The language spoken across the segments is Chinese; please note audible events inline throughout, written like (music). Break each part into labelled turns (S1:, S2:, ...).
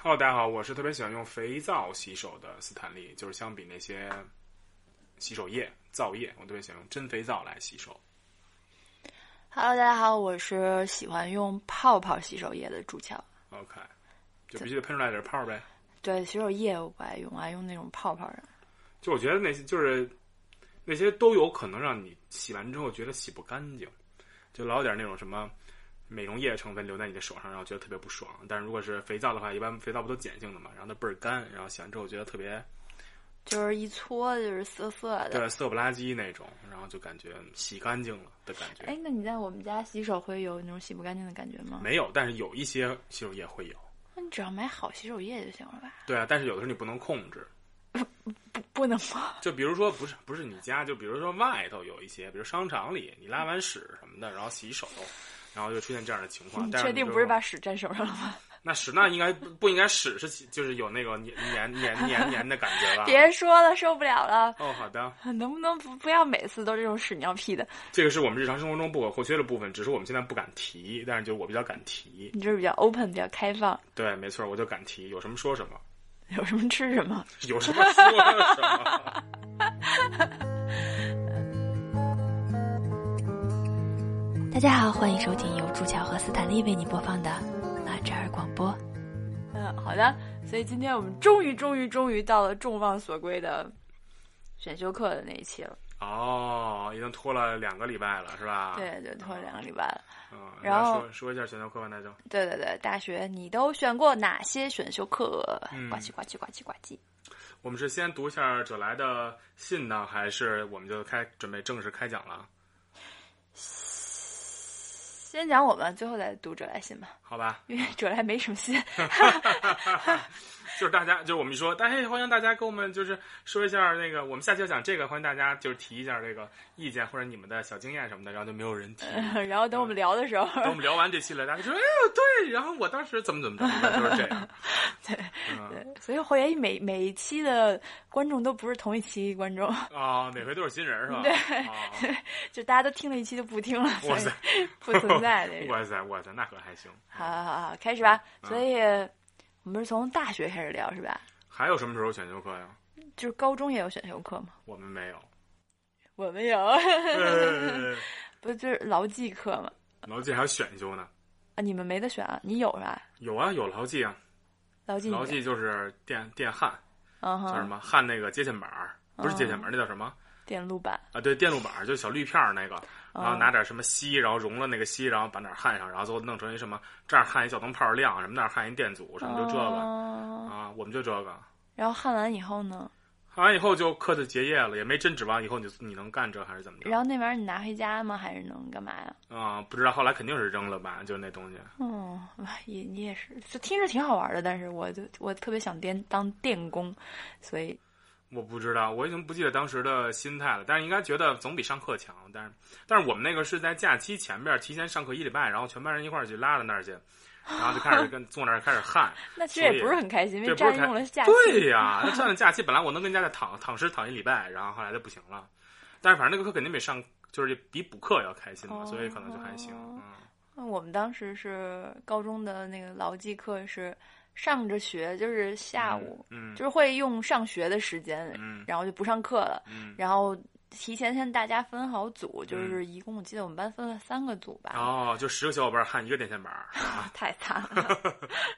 S1: Hello，大家好，我是特别喜欢用肥皂洗手的斯坦利，就是相比那些洗手液、皂液，我特别喜欢用真肥皂来洗手。
S2: Hello，大家好，我是喜欢用泡泡洗手液的朱乔。
S1: OK，就必须得喷出来点泡呗。
S2: 对，洗手液我不爱用，我爱用那种泡泡的。
S1: 就我觉得那些就是那些都有可能让你洗完之后觉得洗不干净，就老有点那种什么美容液成分留在你的手上，然后觉得特别不爽。但是如果是肥皂的话，一般肥皂不都碱性的嘛，然后它倍儿干，然后洗完之后觉得特别
S2: 就是一搓就是涩涩的。
S1: 对涩不拉几那种，然后就感觉洗干净了的感觉。
S2: 哎，那你在我们家洗手会有那种洗不干净的感觉吗？
S1: 没有，但是有一些洗手液会有。
S2: 那你只要买好洗手液就行了吧？
S1: 对啊，但是有的时候你不能控制。
S2: 不，不能吗？
S1: 就比如说，不是不是你家，就比如说外头有一些，比如商场里，你拉完屎什么的，然后洗手，然后就出现这样的情况。
S2: 你
S1: 但
S2: 嗯确定
S1: 啊就
S2: 不是把屎沾手上了吗？
S1: 那屎那应该不不应该屎是就是有那个黏黏黏黏黏的感觉吧？
S2: 别说了，受不了了。
S1: 哦，好的，
S2: 能不能不不要每次都这种屎尿屁的？
S1: 这个是我们日常生活中不可或缺的部分，只是我们现在不敢提，但是就我比较敢提。
S2: 你就是比较 open，比较开放，
S1: 对，没错，我就敢提，有什么说什么， (laughs)
S2: 有什么吃什么。
S1: 有什么说什
S2: (laughs)
S1: 么。
S2: 大家好，欢迎收听由朱乔和斯坦利为你播放的马扎尔广播。嗯，好的，所以今天我们终于、终于、终于到了众望所归的选修课的那一期了。啊
S1: 哦，已经拖了两个礼拜了，是吧？，
S2: 对对，拖了两个礼拜了。
S1: 嗯，
S2: 然
S1: 来
S2: 后
S1: 说说一下选修课吧，那就。
S2: 对对对，大学你都选过哪些选修课？
S1: 嗯
S2: 呱唧呱唧呱唧呱唧。
S1: 我们是先读一下九来的信呢，还是我们就开准备正式开讲了？
S2: 先讲我们，最后再读者来信吧，
S1: 好吧，
S2: 因为者来没什么信。
S1: 就是大家，就是我们说，大家欢迎大家跟我们就是说一下那个，我们下期要讲这个，欢迎大家就是提一下这个意见或者你们的小经验什么的，然后就没有人
S2: (laughs)
S1: 提。
S2: 然后等我们聊的时候，
S1: 等我们聊完这期了，大家就说哎呦对，然后我当时怎么怎么着，就是这样。
S2: 对，所以回每每一期的观众都不是同一期观众，
S1: 啊、每回都是新人是吧？对。啊
S2: (laughs) 就大家都听了一期就不听了，所
S1: 哇
S2: 以
S1: 塞，
S2: (laughs) 不存在
S1: (laughs)
S2: 那种。
S1: 哇啊塞，哇塞，那可还行。
S2: 好好好好，开始吧。所以我们是从大学开始聊是吧？
S1: 还有什么时候选修课呀？
S2: 就是高中也有选修课吗？
S1: 我们没
S2: (laughs)
S1: 有。
S2: 我们有， (laughs)
S1: 呃
S2: 不就是劳技课吗？
S1: 劳技还有选修呢？
S2: 啊，你们没得选啊，你有是吧？
S1: 有啊，有劳技啊。
S2: 劳技，
S1: 牢记就是电电焊，
S2: 嗯
S1: 叫什
S2: 哼，
S1: 么焊那个接线板儿，不是接
S2: 哦
S1: 线板儿，那叫什么
S2: 电路板，
S1: 啊？对，电路板儿，就是小绿片儿那个，然
S2: 哦
S1: 后拿点什么锡，然后融了那个锡，然后把哪儿焊上，然后最后弄成一什么这儿焊一小灯泡儿亮，什么那儿焊一电阻，什么就这个
S2: 哦
S1: 啊，我们就这个。
S2: 然后焊完以后呢，
S1: 焊完以后就课就结业了，也没真指望以后你你能干这还是怎么着
S2: 然后那玩意儿你拿回家吗？还是能干嘛呀？
S1: 啊、不知道后来肯定是扔了吧，就是那东西。
S2: 嗯，也你也是，就听着挺好玩的，但是我就我特别想电当电工，所以
S1: 我不知道，我已经不记得当时的心态了，但是应该觉得总比上课强。但是，但是我们那个是在假期前面提前上课一礼拜，然后全班人一块儿去拉到那儿去，然后就开始跟坐那儿开始汗。
S2: 那其实也不是很开心，因
S1: 这
S2: 为
S1: 不是
S2: 占
S1: 开
S2: 用了假期。
S1: 对呀，那上了假期本来我能跟家里躺躺尸躺一礼拜，然后后来就不行了。但是反正那个课肯定比上就是比补课要开心嘛，所以可能就还行。
S2: 哦
S1: 嗯，
S2: 那我们当时是高中的那个劳技课是上着学，就是下午，
S1: 嗯
S2: 就是会用上学的时间，
S1: 嗯
S2: 然后就不上课了，
S1: 嗯。
S2: 然后提前先大家分好组，就是一共我记得我们班分了三个组吧，
S1: 哦，就十个小伙伴焊一个电线板儿，
S2: 太惨
S1: (laughs)
S2: 了，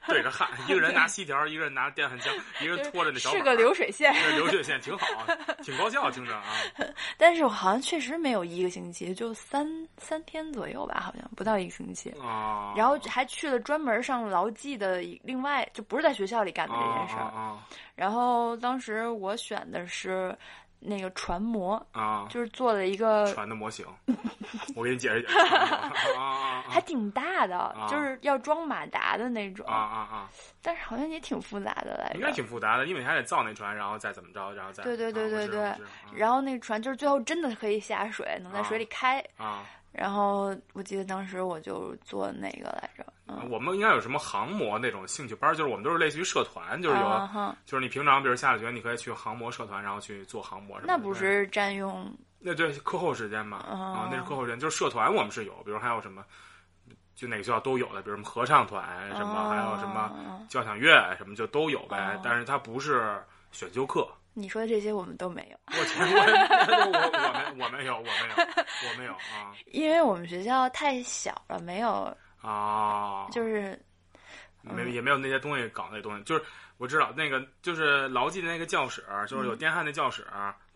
S1: 对着
S2: (laughs)
S1: 焊，一个人拿锡条，一个人拿电焊枪，一个人拖着那小板
S2: 是
S1: 儿
S2: 个流水线。
S1: 这流水线挺好，啊挺高效，听着啊。
S2: 但是我好像确实没有一个星期，就三三天左右吧，好像不到一个星期。
S1: 啊，
S2: (laughs) 然后还去了专门上劳技的一，另外就不是在学校里干的这件事儿。
S1: 啊
S2: 然后当时我选的是那个船模，
S1: 啊啊，
S2: 就是做了一个
S1: 船的模
S2: (laughs)
S1: 型，我给你解释解释。啊啊
S2: 还挺大的，就是要装马达的那种，
S1: 啊啊啊！
S2: 但是好像也挺复杂的 (laughs) 来
S1: 应该
S2: 着。
S1: 挺复杂的，因为你还得造那船，然后再怎么着，然后再啊
S2: 然后那个船就是最后真的可以下水，能在水里开。
S1: 啊，
S2: 然后我记得当时我就做那个来着，嗯，
S1: 我们应该有什么航模那种兴趣班，就是我们都是类似于社团，就是
S2: 啊
S1: 有，
S2: 哈，
S1: 就是你平常比如下了学，你可以去航模社团，然后去做航模什么的。
S2: 那不是占用哦
S1: 那对课后时间嘛，啊，那是课后时间，就是社团我们是有，比如还有什么就哪个学校都有的，比如什么合唱团什么，还有什
S2: 啊
S1: 么交响乐什么就都有呗。
S2: 哦
S1: 但是它不是选修
S2: (laughs)
S1: 课。
S2: 你说的这些我们都没有，
S1: 我前我我我 (laughs) 没我没有我没有我没有啊
S2: 因为我们学校太小了，没有
S1: 啊！
S2: (laughs) 就是嗯
S1: 没也没有那些东西搞那东西，就是我知道那个就是牢记的那个教室，就是有电焊那教室，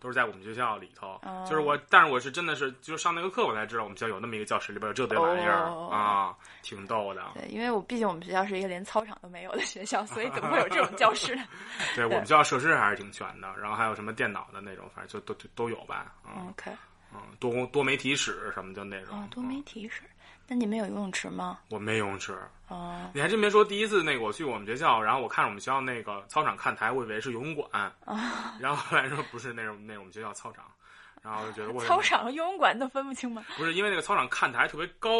S1: 都是在我们学校里头。
S2: 哦
S1: 就是我，但是我是真的是就是上那个课我才知道我们学校有那么一个教室，里边有这堆玩意儿、
S2: 哦
S1: 啊，挺逗的。
S2: 对，因为我毕竟我们学校是一个连操场都没有的学校，所以怎么会有这
S1: (laughs)
S2: 种教室 (laughs) 呢？
S1: 对我们学校设施还是挺全的，然后还有什么电脑的那种，反正就都都都有吧。嗯
S2: OK，
S1: 嗯，多功多媒体室什么的那种。
S2: 啊，哦多媒
S1: 嗯
S2: 体室，那你们有游泳池吗？
S1: 我没游泳池，
S2: 哦，
S1: 你还真别说，第一次那个我去我们学校，然后我看着我们学校那个操场看台，我以为是游泳馆，
S2: 啊
S1: 然后后来说不是那种那种我们学校操场，然后我就觉得我
S2: 操场和游泳馆都分不清
S1: (laughs)
S2: 吗？
S1: 不是因为那个操场看台特别高，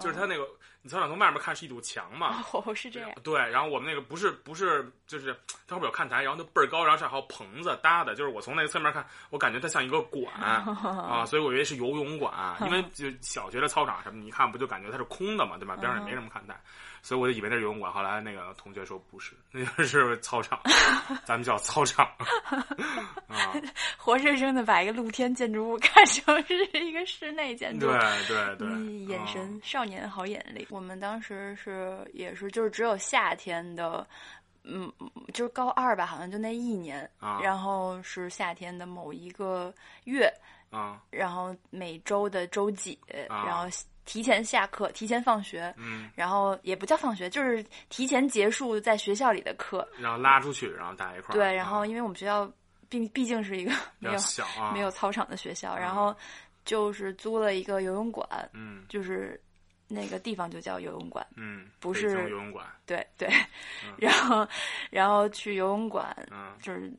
S1: 就是它那个你操场从外面看是一堵墙嘛。
S2: 哦，是这样。
S1: 对，啊然后我们那个不是不是就是它后边有看台，然后它倍儿高，然后上还有棚子搭的，就是我从那个侧面看，我感觉它像一个
S2: (laughs)
S1: 馆啊，所以我以为是游泳馆，因为就小学的操场什么，你一看不就感觉它是空的嘛，对吧？边上也没什么看台，所以我就以为那是游泳馆。后来那个同学说不是，那就是操场，咱们叫操场
S2: (laughs)
S1: 啊，
S2: 活生生的把一个露天建筑物看成是一个室内建
S1: 对
S2: 筑。
S1: 对对，
S2: 嗯，眼
S1: 啊
S2: 神，少年好眼力。我们当时是也是就是只有夏天的，嗯，就是高二吧，好像就那一年，
S1: 啊
S2: 然后是夏天的某一个月，
S1: 啊，
S2: 然后每周的周几，
S1: 啊
S2: 然后提前下课，提前放学，
S1: 嗯，
S2: 然后也不叫放学，就是提前结束在学校里的课。
S1: 然后拉出去，然后大家一块儿，
S2: 对，然后
S1: 啊
S2: 因为我们学校毕毕竟是一个
S1: 比
S2: 没
S1: 较
S2: 有
S1: 小啊，
S2: 没有，操场的学校，然后就是租了一个游泳馆，
S1: 嗯
S2: 就是那个地方就叫游泳馆，
S1: 嗯，
S2: 不
S1: 北京
S2: 是
S1: 游泳馆，
S2: 对对， (laughs) 然后然后去游泳馆
S1: 嗯
S2: 就是。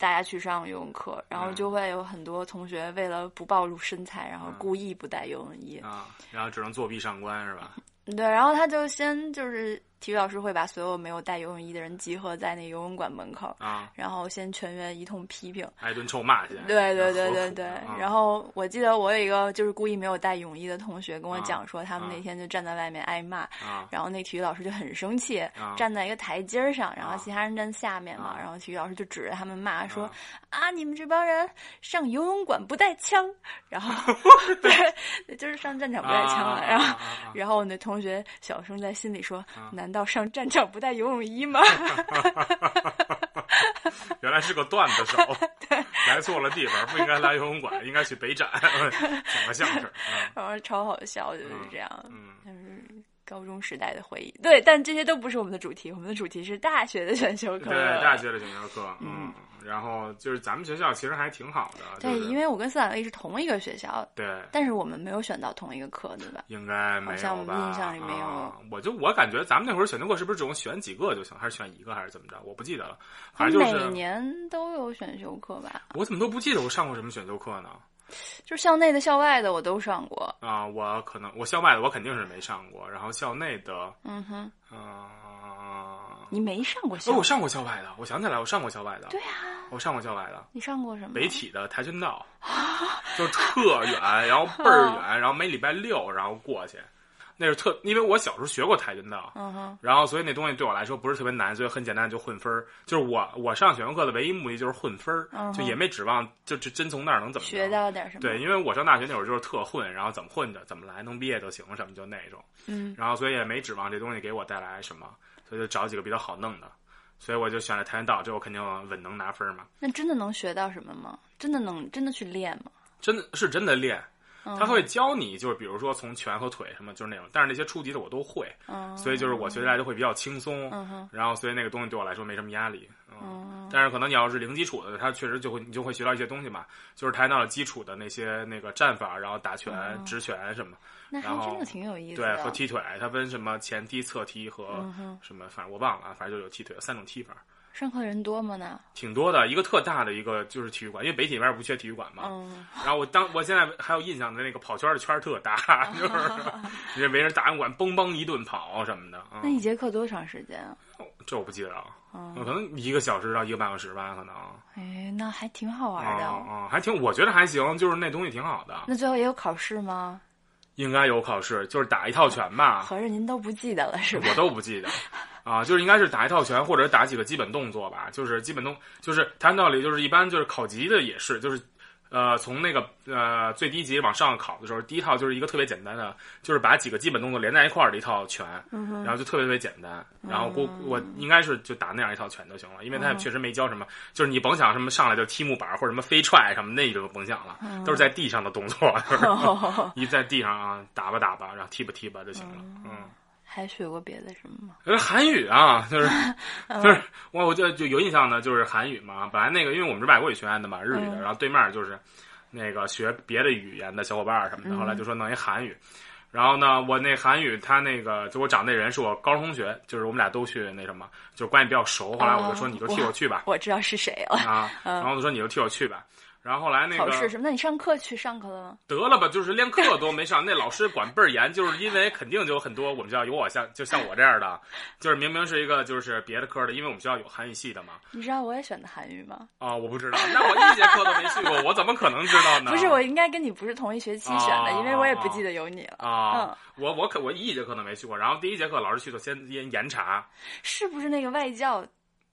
S2: 大家去上游泳课，然后
S1: 嗯
S2: 就会有很多同学为了不暴露身材，然后
S1: 嗯
S2: 故意不带游泳衣。
S1: 啊，然后只能作弊上官是吧？
S2: 对，然后他就先就是体育老师会把所有没有带游泳衣的人集合在那游泳馆门口，
S1: 啊，
S2: 然后先全员一通批评。
S1: 挨顿臭骂去，
S2: 对
S1: 然
S2: 对
S1: 后
S2: 对
S1: 何
S2: 对
S1: 苦
S2: 对
S1: 呢啊、，
S2: 然后我记得我有一个就是故意没有带泳衣的同学跟我
S1: 啊
S2: 讲说，他们
S1: 啊
S2: 那天就站在外面挨骂，
S1: 啊
S2: 然后那体育老师就很生气，
S1: 啊
S2: 站在一个台阶儿上，然后
S1: 啊
S2: 其他人站下面嘛
S1: 啊，
S2: 然后体育老师就指着他们骂说
S1: 啊：“
S2: 啊，你们这帮人上游泳馆不带枪， (laughs)
S1: (laughs)
S2: 然后对，就是上战场不带枪
S1: 啊
S2: 了。”
S1: 啊
S2: 然后
S1: 啊啊啊
S2: 然后我那同学小声在心里说
S1: 啊：“
S2: 难道上战场不带游泳衣吗？” (laughs)
S1: 啊原来是个段子手，
S2: (laughs)
S1: 来错了地方，不应该来游泳馆，应该去北展 (laughs) 讲个相
S2: (laughs)
S1: 声。嗯
S2: 然后超好笑，就是
S1: 嗯
S2: 这样。
S1: 嗯，
S2: 就是高中时代的回忆。对，但这些都不是我们的主题，我们的主题是大学的选修课。
S1: 对，大。学的选修课，嗯，然后就是咱们学校其实还挺好的，
S2: 对
S1: 就，是
S2: 因为我跟斯坦利是同一个学校，
S1: 对。
S2: 但是我们没有选到同一个课，对吧？
S1: 应该没
S2: 好像
S1: 有
S2: 我
S1: 吧？
S2: 们印象里没有
S1: 啊我就我感觉咱们那会儿选修课是不是只能选几个就行，还是选一个，还是怎么着？我不记得了。反正就
S2: 每
S1: 是
S2: 年都有选修课吧，
S1: 我怎么都不记得我上过什么选修课呢？
S2: 就是校内的、校外的我都上过。
S1: 啊、我可能我校外的我肯定是没上过，然后校内的，
S2: 嗯哼，
S1: 嗯、
S2: 你没上过校？
S1: 哦，我上过校外的，我想起来，我上过校外的，
S2: 对啊，
S1: 我上过校外的，
S2: 你上过什么？
S1: 北体的跆拳
S2: (laughs)
S1: 道，就特远，然后倍儿远，然后每礼拜六然后过去，那是特，因为我小时候学过跆拳道，
S2: 嗯哼，
S1: 然后所以那东西对我来说不是特别难，所以很简单就混分儿，就是我我上选修课的唯一目的就是混分儿，
S2: 嗯哼
S1: 就也没指望就就真从那儿能怎么着
S2: 学到点什么？
S1: 对，，因为我上大学那会儿就是特混，然后怎么混的，怎么来，能毕业就行，什么就那种。
S2: 嗯，
S1: 然后所以也没指望这东西给我带来什么，所以就找几个比较好弄的。所以我就选了跆拳道，这我肯定稳能拿分嘛。
S2: 那真的能学到什么吗？真的能真的去练吗？
S1: 真的是真的练，
S2: 嗯、
S1: 他会教你，就是比如说从拳和腿什么，就是那种。但是那些初级的我都会，
S2: 嗯，
S1: 所以就是我学起来就会比较轻松。
S2: 嗯哼，
S1: 然后所以那个东西对我来说没什么压力。
S2: 嗯
S1: 但是可能你要是零基础的，他确实就会你就会学到一些东西嘛，就是跆拳道的基础的那些那个战法，然后打拳、直拳什么。
S2: 那还
S1: 然后
S2: 真的挺有意思
S1: 对
S2: 的。，
S1: 和踢腿，它分什么前踢、侧踢和
S2: 嗯哼
S1: 什么，反正我忘了啊，反正就有踢腿，有三种踢法，
S2: 上课人多吗呢？
S1: 挺多的。一个特大的一个就是体育馆，因为北体那边不缺体育馆嘛。
S2: 嗯，
S1: 然后我当我现在还有印象的那个跑圈的圈儿特
S2: 哦
S1: 大，就是
S2: (laughs)
S1: 人围着大洋馆嘣嘣一顿跑什么的啊
S2: 那。一节课多长时间啊？
S1: 这我不记得了，
S2: 嗯，
S1: 可能一个小时到一个半小时吧，可能。
S2: 哎，那还挺好玩
S1: 啊
S2: 的。哦
S1: 啊，还挺，我觉得还行，就是那东西挺好的。
S2: 那最后也有考试吗？
S1: 应该有考试，就是打一套拳吧，
S2: 合着您都不记得了是吧？
S1: 我都不记得啊，就是应该是打一套拳或者打几个基本动作吧，就是基本动，就是谈道理，就是一般就是考级的也是，就是呃从那个呃最低级往上考的时候，第一套就是一个特别简单的，就是把几个基本动作连在一块儿的一套拳，然后就特别特别简单，然后我我应该是就打那样一套拳就行了，因为他也确实没教什么，就是你甭想什么上来就踢木板或者什么飞踹什么那就甭想了，都是在地上的动作。 (laughs)
S2: 哦，
S1: 一在地上啊打吧打吧，然后踢吧踢吧就行了。嗯，
S2: (laughs) 还学过别的什么吗？
S1: 呃，韩语啊，就是就是我我就就有印象呢，就是韩语嘛。本来那个因为我们是外国语学院的嘛，日语的，然后对面就是那个学别的语言的小伙伴儿什么的，后来就说弄一韩语。然后呢，我那韩语他那个就我找那人是我高中同学，就是我们俩都去那什么，就是关系比较熟。后来我就说
S2: 哦
S1: 你就替我去吧，
S2: 我知道是谁了。
S1: 啊，然后我就说你就替我去吧。然后后来那个
S2: 考试什么？那你上课去上课了吗？
S1: 得了吧，就是连课都没上，那老师管倍儿严，就是因为肯定就有很多我们学校有我像就像我这样的，就是明明是一个就是别的科的，因为我们学校有韩语系的嘛。
S2: 你知道我也选的韩语吗？
S1: 啊、我不知道，那我一节课都没去过，我怎么可能知道呢？
S2: 不是，我应该跟你不是同一学期选的，
S1: 哦
S2: 因为我也不记得有你了。
S1: 啊
S2: 嗯，
S1: 我我可我一节课都没去过，然后第一节课老师去就先先严查，
S2: 是不是那个外教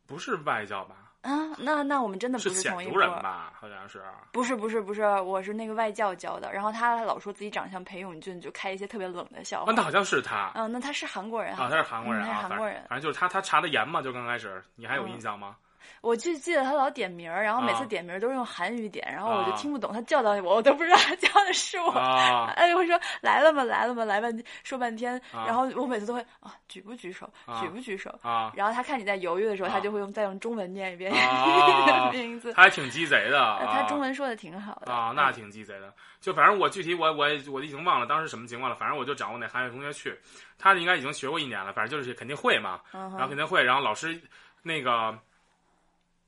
S1: 不是外教吧？
S2: 啊？那那我们真的不
S1: 是
S2: 同
S1: 鲜
S2: 一
S1: 族人
S2: 波。
S1: 吧？好像是。
S2: 不是不是不是，我是那个外教教的，然后他老说自己长相裴勇俊，就开一些特别冷的笑
S1: 啊，
S2: 话。
S1: 那好像是他
S2: 嗯，那他是韩国人
S1: 啊，他是韩国人
S2: 嗯他
S1: 啊，
S2: 是韩
S1: 反
S2: 国
S1: 正
S2: 人。嗯
S1: 反正就是他，他查的严嘛，就刚开始，你还有印象
S2: (laughs)
S1: 吗？
S2: 我就记得他老点名儿，然后每次
S1: 啊
S2: 点名儿都是用韩语点，然后我就
S1: 啊
S2: 听不懂他叫到我，我都不知道他叫的是我。
S1: 啊，
S2: (laughs) 哎，我说来了吗？来了吗？来半天说半天，
S1: 啊
S2: 然后我每次都会啊，举不举手？
S1: 啊
S2: 举不举手？
S1: 啊
S2: 然后他看你在犹豫的时候，
S1: 啊
S2: 他就会用再用中文念一遍 (laughs) 你
S1: 啊
S2: 的名字。
S1: 他还挺鸡贼的
S2: 呃
S1: 啊。
S2: 他中文说的挺好的
S1: 啊，那挺鸡贼的。就反正我具体我我也我已经忘了当时什么情况了，反正我就找我那韩语同学去，他应该已经学过一年了，反正就是肯定会嘛，
S2: 嗯
S1: 然后
S2: 哼，
S1: 肯定会。然后老师那个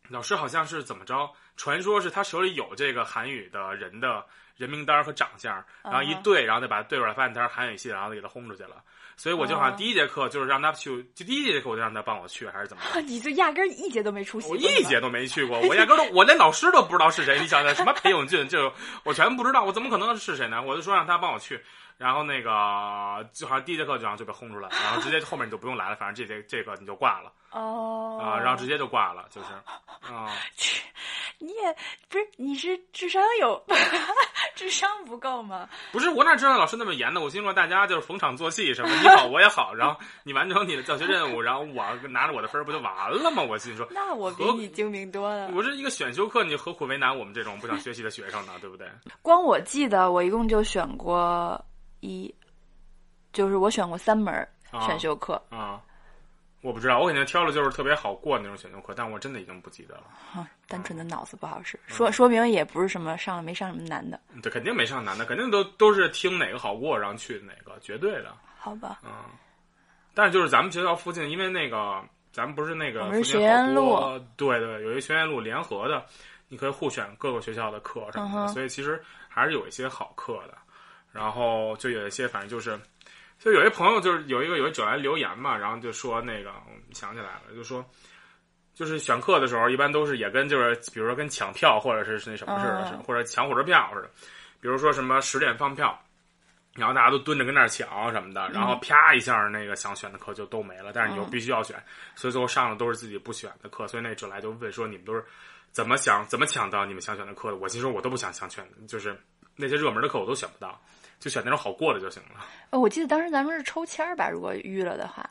S1: 老师好像是怎么着，传说是他手里有这个韩语的人的人名单和长相，然后一
S2: 嗯哼
S1: 对，然后再把他对出来，发现他是韩语系的，然后就给他轰出去了。所以我就好
S2: 哦
S1: 像第一节课就是让他去，就第一节课我就让他帮我去，还是怎么着？
S2: 啊你就压根儿一节都没出
S1: (laughs)
S2: 席
S1: 我
S2: 过，
S1: 一
S2: 是吧
S1: 节都没去过，我压根儿都我连老师都不知道是谁。你想想，什么裴勇俊，就我全不知道，我怎么可能是谁呢？我就说让他帮我去，然后那个就好像第一节课就让就被轰出来了，然后直接后面你就不用来了，反正这节这个你就挂了
S2: 哦
S1: 啊、然后直接就挂了，就是啊、
S2: 你也不是你是智商有 (laughs) 智商不够吗？
S1: 不是我哪知道老师那么严呢？我心说大家就是逢场作戏什么，你好我也好，然后你完成你的教学任务，然后我拿着我的分儿不就完了吗？我心说。
S2: 那我比
S1: 何
S2: 你精明多了。
S1: 我是一个选修课，你何苦为难我们这种不想学习的学生呢？对不对？
S2: 光我记得我一共就选过一，就是我选过三门儿
S1: 啊
S2: 选修课，
S1: 啊，我不知道，我肯定挑了就是特别好过的那种选修课，但我真的已经不记得了。
S2: 啊单纯的脑子不好使，
S1: 嗯
S2: 说说明也不是什么上没上什么难的，
S1: 对，肯定没上男的，肯定都都是听哪个好过，然后去哪个，绝对的。嗯
S2: 好吧？
S1: 但是就是咱们学校附近，因为那个咱们不是那个
S2: 我
S1: 附近
S2: 们是学院路
S1: 好多，对对，有一个学院路联合的，你可以互选各个学校的课什么的，
S2: 嗯哼
S1: 所以其实还是有一些好课的。然后就有一些，反正就是，就有一朋友就是有一个有一者来留言嘛，然后就说那个我想起来了，就说。就是选课的时候，一般都是也跟就是，比如说跟抢票或者是是那什么似的，
S2: 嗯
S1: 是或者抢火车票似的。比如说什么十点放票，然后大家都蹲着跟那儿抢什么的，然后啪一下那个想选的课就都没了，但是你又
S2: 嗯
S1: 必须要选，所以最后上的都是自己不选的课，所以那哲来就问说你们都是怎么想怎么抢到你们想选的课的？我心说我都不想想选，就是那些热门的课我都选不到，就选那种好过的就行了
S2: 呃，我记得当时咱们是抽签儿吧，如果淤了的话，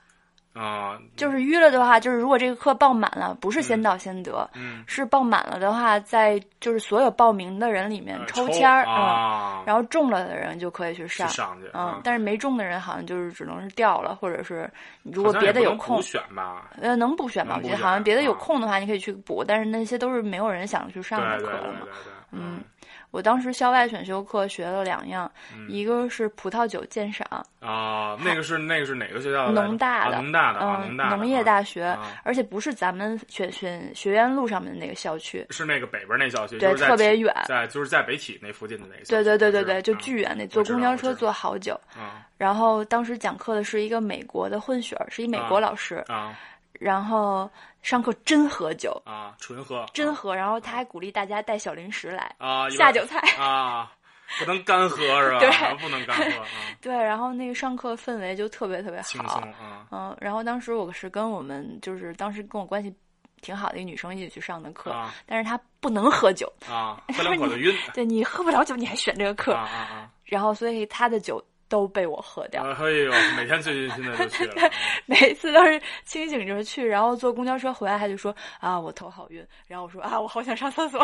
S1: 啊、
S2: 就是淤了的话，就是如果这个课报满了，不是先到先得，
S1: 嗯，
S2: 是报满了的话，在就是所有报名的人里面
S1: 呃
S2: 抽签儿，
S1: 啊
S2: 嗯，，然后中了的人就可以去
S1: 去
S2: 上。
S1: 上去
S2: 嗯
S1: 啊，，
S2: 但是没中的人好像就是只能是掉了，或者是如
S1: 好
S2: 果
S1: 像
S2: 别
S1: 也
S2: 的
S1: 不
S2: 有
S1: 能
S2: 空
S1: 补，选吧。
S2: 呃，能补选
S1: 能
S2: 吧？我
S1: 补
S2: 觉得
S1: 选
S2: 好像别的有
S1: 啊
S2: 空的话，你可以去补，但是那些都是没有人想去
S1: 对
S2: 上的
S1: 对
S2: 课
S1: 对
S2: 了
S1: 对
S2: 嘛
S1: 对。，
S2: 嗯我当时校外选修课学了两样，
S1: 嗯
S2: 一个是葡萄酒鉴赏，
S1: 啊，那个是那个是哪个学校的来着？
S2: 农大的
S1: 啊农大的啊，
S2: 嗯，
S1: 大的
S2: 农业
S1: 啊
S2: 大学，
S1: 啊
S2: 而且不是咱们选选学院路上面的那个校区，
S1: 是那个北边那校区，
S2: 对
S1: 就是在
S2: 特别
S1: 体
S2: 远
S1: 在就是在北体那附近的那个校区。
S2: 对对对对对，
S1: 我知
S2: 就
S1: 道
S2: 巨远，得
S1: 我
S2: 坐
S1: 知道
S2: 公交
S1: 我知
S2: 车
S1: 道
S2: 坐好久。
S1: 啊
S2: 然后当时讲课的是一个美国的混血儿，是一美国
S1: 啊
S2: 老师，
S1: 啊
S2: 然后上课真喝酒，
S1: 啊，纯喝
S2: 真喝，然后他还鼓励大家带小零食来
S1: 啊，一般
S2: 下酒菜。 (laughs)
S1: 啊，不能干喝是吧？
S2: 对
S1: 不能干喝啊，
S2: 对，然后那个上课氛围就特别特别
S1: 轻
S2: 好
S1: 松，啊，
S2: 嗯，然后当时我是跟我们就是当时跟我关系挺好的一个女生一起去上的课，
S1: 啊
S2: 但是她不能喝酒， (laughs)
S1: 啊，喝两口就晕，
S2: 对你喝不了酒，你还选这个课，
S1: 啊啊啊！
S2: 然后所以她的酒都被我喝掉，
S1: 哎呦，每天醉醺醺的就去
S2: (laughs)
S1: 了，
S2: 每次都是清醒着去，然后坐公交车回来，她就说啊我头好晕，然后我说啊我好想上厕所，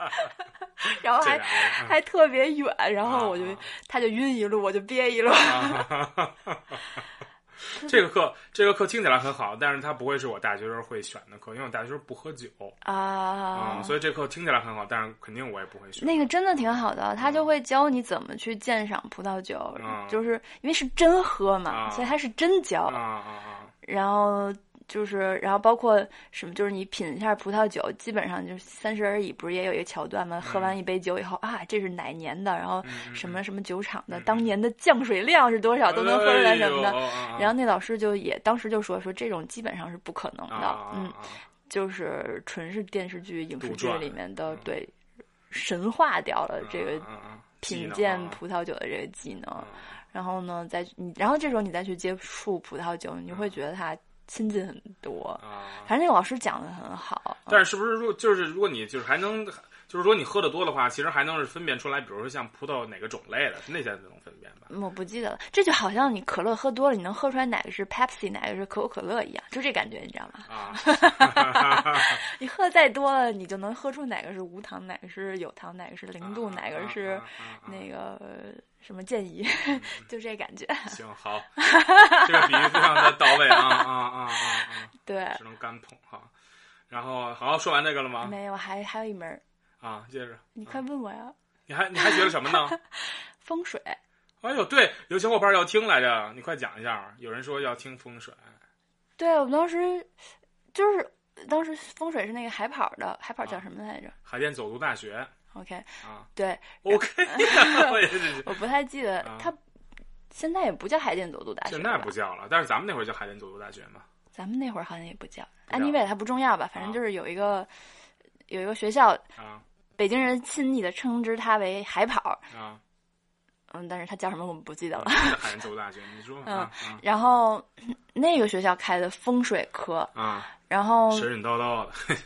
S2: (laughs) 然后
S1: 这俩
S2: 还
S1: 人
S2: 还特别远，然后我就
S1: 啊啊
S2: 她就晕一路，我就憋一路， (laughs)
S1: 啊， (laughs) 这个课这个课听起来很好，但是它不会是我大学时候会选的课，因为我大学时候不喝酒
S2: 哦啊
S1: 嗯所以这课听起来很好，但是肯定我也不会选。
S2: 那个真的挺好的，他
S1: 嗯
S2: 就会教你怎么去鉴赏葡萄酒，
S1: 啊
S2: 就是因为是真喝嘛，
S1: 啊
S2: 所以他是真教。
S1: 啊啊啊！
S2: 然后就是，然后包括什么，就是你品一下葡萄酒，基本上就是《三十而已》不是也有一个桥段吗？喝完一杯酒以后啊，这是哪年的，然后
S1: 嗯
S2: 什么什么酒厂的，当年的降水量是多少，都能喝出来什么的。
S1: 哎呦啊、
S2: 然后那老师就也当时就说说这种基本上是不可能的，
S1: 啊啊
S2: 嗯，
S1: 啊
S2: 就是纯是电视剧、影视
S1: 杜
S2: 剧
S1: 撰
S2: 里面的
S1: 嗯
S2: 对神化掉了这个
S1: 啊啊啊技
S2: 品
S1: 能
S2: 鉴
S1: 啊
S2: 葡萄酒的这个技能。
S1: 啊
S2: 然后呢，再你，然后这时候你再去接触葡萄酒，你
S1: 嗯
S2: 会觉得它亲近很多。
S1: 啊
S2: 反正那个老师讲的很好，
S1: 但是是不是如果就是如果你就是还能就是说你喝的多的话，其实还能是分辨出来，比如说像葡萄哪个种类的那些能分辨吧？
S2: 嗯我不记得了。这就好像你可乐喝多了，你能喝出来哪个是 Pepsi，哪个是可口可乐一样，就这感觉，你知道吗？ (laughs)
S1: 啊，
S2: 你喝的再多了，你就能喝出哪个是无糖，哪个是有糖，哪个是零度，哪个
S1: 啊
S2: 是
S1: 啊啊啊嗯
S2: 那个什么建议， (laughs) 就这感觉。 (laughs)
S1: 行好，这个比喻非常的到位啊啊啊啊
S2: 对
S1: 啊，，只能干捧哈。然后好，说完这个了吗？
S2: 没有，还还有一门儿，
S1: 啊，接着，
S2: 你快问我呀，
S1: 你还你还学了什么
S2: (laughs)
S1: 呢？
S2: 风水。
S1: 哎呦，对，有小伙伴要听来着，你快讲一下。有人说要听风水，
S2: 对，我们当时就是当时风水是那个海跑的，海
S1: 啊
S2: 跑叫什么来着
S1: 海淀走读大学
S2: ？OK，
S1: 啊
S2: 对，
S1: ，OK，我也 (laughs)
S2: (laughs)
S1: 是。
S2: 我不太记得
S1: 啊
S2: 它现在也不叫海淀走读大学，
S1: 现在不
S2: 对吧，
S1: 叫了，但是咱们那会儿叫海淀走读大学嘛。
S2: 咱们那会儿好像也不叫。
S1: 不叫
S2: anyway，它不重要吧，反正
S1: 啊
S2: 就是有一个、有一个学校，
S1: 啊
S2: 北京人亲昵的称之它为海跑，
S1: 啊，
S2: 嗯，但是 (laughs) 它叫什么我们不记得了。嗯
S1: 是海淀走读大学，你说啊
S2: 然后那个学校开的风水课，
S1: 啊
S2: 然后
S1: 啊，神神叨叨的，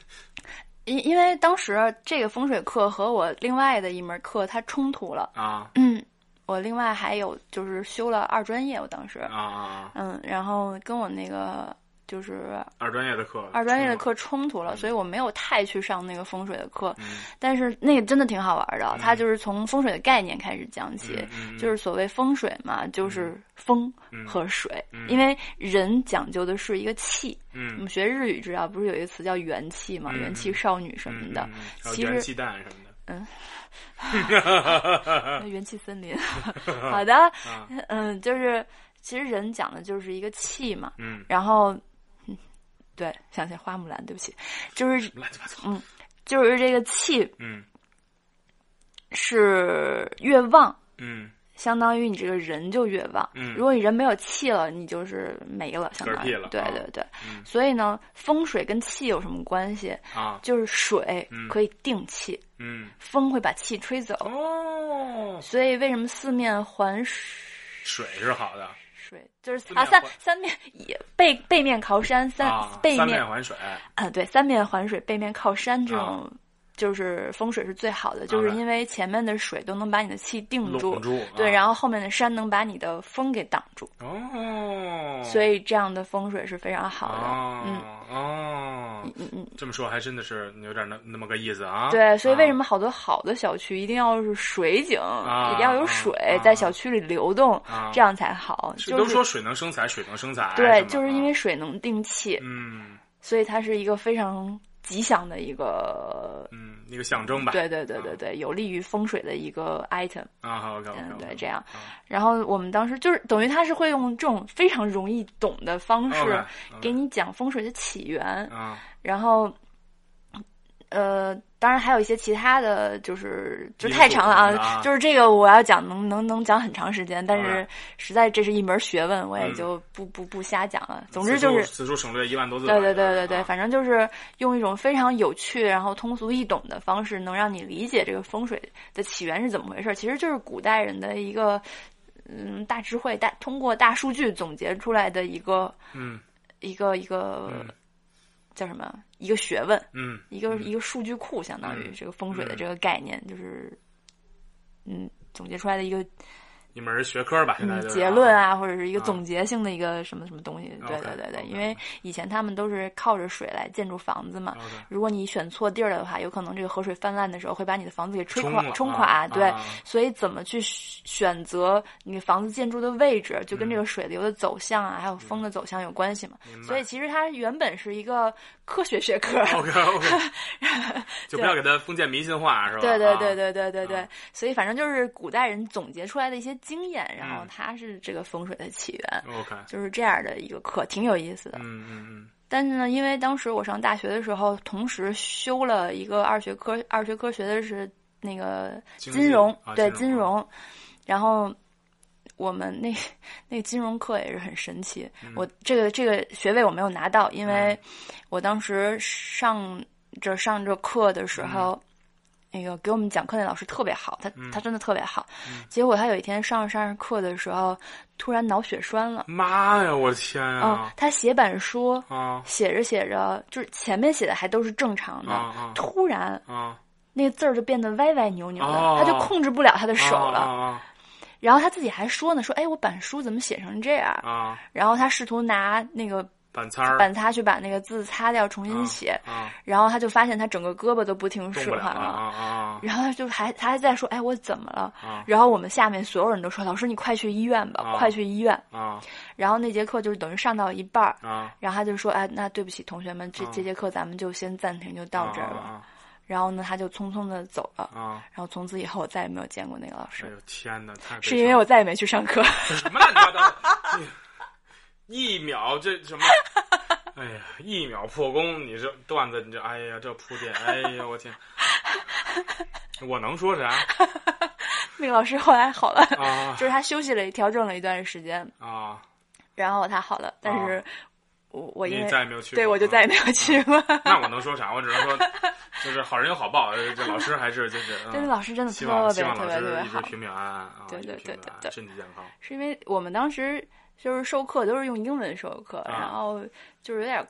S2: 因因为当时这个风水课和我另外的一门课它冲突了。
S1: 啊
S2: 嗯，我另外还有就是修了二专业，我当时
S1: 啊，啊，
S2: 嗯，然后跟我那个就是
S1: 二专业的课，
S2: 二专业的课冲突了，
S1: 嗯
S2: 所以我没有太去上那个风水的课，
S1: 嗯，
S2: 但是那个真的挺好玩的
S1: 嗯，
S2: 它就是从风水的概念开始讲起。
S1: 嗯，
S2: 就是所谓风水嘛，就是风
S1: 嗯
S2: 和水，
S1: 嗯
S2: 因为人讲究的是一个气。我
S1: 嗯
S2: 们学日语知道，不是有一个词叫元气嘛，
S1: 嗯
S2: 元气少女什么的，，
S1: 还有元气弹什么的，
S2: 那元气
S1: (laughs)
S2: 森林。好的，
S1: 嗯啊
S2: (laughs) 嗯，就是其实人讲的就是一个气嘛，
S1: 嗯，
S2: 然后，嗯，对，想起花木兰，对不起，就是
S1: 乱七八糟，
S2: 就是这个气
S1: 嗯
S2: 是越旺，
S1: 嗯，
S2: 相当于你这个人就越旺。
S1: 嗯
S2: 如果你人没有气了，你就是没了，相当
S1: 嗝
S2: 于
S1: 屁了
S2: 对
S1: 啊
S2: 对对。
S1: 嗯
S2: 所以呢，风水跟气有什么关系？
S1: 啊，
S2: 就是水
S1: 嗯
S2: 可以定气，
S1: 嗯，
S2: 风会把气吹走。
S1: 哦，
S2: 所以为什么四面环水？
S1: 水是好的，
S2: 水就是
S1: 四面
S2: 啊，三
S1: 环
S2: 三面也背背面靠山，三、
S1: 啊，
S2: 背
S1: 三
S2: 面
S1: 面环水，
S2: 啊，对，三面环水，背面靠山这种
S1: 啊，
S2: 就是风水是最好的，就是
S1: 明白
S2: 因为前面的水都能把你的气定住
S1: 拢，住，
S2: 嗯
S1: 啊
S2: 对，然后后面的山能把你的风给挡住，
S1: 哦，
S2: 所以这样的风水是非常好的。嗯
S1: 哦哦，
S2: 嗯嗯，
S1: 这么说还真的是有点那那么个意思啊，
S2: 对，所以为什
S1: 么？
S2: 么好多好的小区一定要是水景，
S1: 啊
S2: 一定要有水
S1: 啊
S2: 在小区里流动，
S1: 啊
S2: 这样才好。
S1: 是
S2: 就
S1: 都
S2: 是
S1: 说水啊能生财，水能生财，
S2: 对，
S1: 吗
S2: 就是因为水能定气，
S1: 嗯
S2: 所以它是一个非常吉祥的一个。
S1: 嗯一个象征吧，
S2: 对对对对
S1: 啊
S2: 对，有利于风水的一个 item。
S1: 啊，好，OK
S2: 嗯
S1: OK，，
S2: 对，这样。然后我们当时就是等于他是会用这种非常容易懂的方式给
S1: 你
S2: 你讲风水的起源，
S1: 啊
S2: 然后呃，当然还有一些其他的，就是就太长了
S1: 因素
S2: 啊
S1: 啊，
S2: 就是这个我要讲能能能讲很长时间，但
S1: 当
S2: 是
S1: 然
S2: 实在这是一门学问，我也
S1: 嗯
S2: 就不不不瞎讲了。总之就是
S1: 此处省略一万多字吧。
S2: 对对对对对，
S1: 啊
S2: 反正就是用一种非常有趣，然后通俗易懂的方式，能让你理解这个风水的起源是怎么回事儿。其实就是古代人的一个，嗯，大智慧，大通过大数据总结出来的一个
S1: 嗯
S2: 一个一个、
S1: 嗯
S2: 叫什么？一个学问，
S1: 嗯，
S2: 一个、一个数据库，相当于
S1: 嗯
S2: 这个风水的
S1: 嗯
S2: 这个概念，就是嗯，总结出来的一个
S1: 一门学科吧，现在
S2: 嗯
S1: 就是
S2: 结论，啊，或者是一个
S1: 啊
S2: 总结性的一个什么什么东西。对
S1: OK，
S2: 对对对，
S1: OK
S2: 因为以前他们都是靠着水来建筑房子嘛。
S1: 啊 OK
S2: 如果你选错地儿了的话，有可能这个河水泛滥的时候会把你的房子给吹
S1: 冲
S2: 垮、
S1: 了
S2: 冲
S1: 啊
S2: 垮。
S1: 啊
S2: 对，
S1: 啊
S2: 所以怎么去选择你房子建筑的位置，就跟这
S1: 嗯
S2: 个水流的走向啊，还有风的走向有关系嘛。
S1: 明
S2: 所以
S1: (laughs) 白。
S2: 其实它原本是一个科学学科。
S1: OK OK，就不要给他封建迷信化是吧？
S2: (laughs) 对对对
S1: 啊，
S2: 对对对对
S1: 啊，
S2: 所以反正就是古代人总结出来的一些经验，然后
S1: 嗯
S2: 它是这个风水的起源。
S1: 啊 OK，
S2: 就是这样的一个课，挺有意思的。
S1: 嗯嗯嗯
S2: 但是呢，因为当时我上大学的时候，同时修了一个二学科，二学科学的是那个
S1: 经济
S2: 金融，
S1: 啊
S2: 对
S1: 金
S2: 金
S1: 融
S2: 融。然后我们那那个金融课也是很神奇。
S1: 嗯
S2: 我这个这个学位我没有拿到，因为我当时上着上着课的
S1: 嗯
S2: 时候。那个给我们讲课那老师特别好，他、他真的特别好。
S1: 嗯
S2: 结果他有一天上着上着课的时候，突然脑血栓了。
S1: 妈呀，我的天啊
S2: 嗯
S1: 呀，！
S2: 他写板书
S1: 啊
S2: 写着写着，就是前面写的还都是正常的，
S1: 啊
S2: 突然
S1: 啊啊！
S2: 那字儿就变得歪歪扭扭的，
S1: 哦
S2: 他就控制不了他的手了。
S1: 啊
S2: 然后他自己还说呢，说哎，我板书怎么写成这样？
S1: 啊啊！
S2: 然后他试图拿那个
S1: 板擦儿
S2: 板擦去把那个字擦掉，重新写。
S1: 啊，
S2: 然后他就发现他整个胳膊都不听
S1: 动
S2: 使
S1: 不了
S2: 唤
S1: 啊
S2: 了。
S1: 啊
S2: 然后他就还他还在说，哎，我怎么了？
S1: 啊
S2: 然后我们下面所有人都说，老师你快去医院吧，
S1: 啊
S2: 快去医院。
S1: 啊
S2: 然后那节课就是等于上到一半儿，
S1: 啊啊！
S2: 然后他就说：“哎，那对不起，同学们，这
S1: 啊
S2: 这节课咱们就先暂停，就到这儿了。
S1: 啊
S2: 然后呢，他就匆匆的走了。
S1: 啊啊！
S2: 然后从此以后，我再也没有见过那个老师
S1: 哎，呦天哪，太悲
S2: 是因为
S1: 伤了
S2: 我再也没去上课。 (laughs)
S1: 什么乱七八糟的，哎一一秒这什么？哎呀，一秒破功！你这段子，你这哎呀，这铺垫，哎呀，我天！我能说啥
S2: 那个老师后来好了，
S1: (laughs) 啊
S2: 就是他休息了，调整了一段时间，
S1: 啊！
S2: 然后他好了。但是我，我因
S1: 你啊
S2: 为
S1: 再也没有去过，啊
S2: 对我就再也没有去过。 (laughs)
S1: 那我能说啥？我只能说， (laughs) 就是好人有好报，呃这老师还是就是，嗯
S2: 但是老师真的
S1: 希
S2: 特
S1: 望希
S2: 别
S1: 望
S2: 特
S1: 老
S2: 别特
S1: 师
S2: 别
S1: 一直
S2: 好，
S1: 平平安安啊，
S2: 对
S1: 一直
S2: 对
S1: 平
S2: 对
S1: 平
S2: 对
S1: 安安
S2: 对
S1: 身体健康。
S2: 是因为我们当时就是授课都是用英文授课，
S1: 啊
S2: 然后就是有点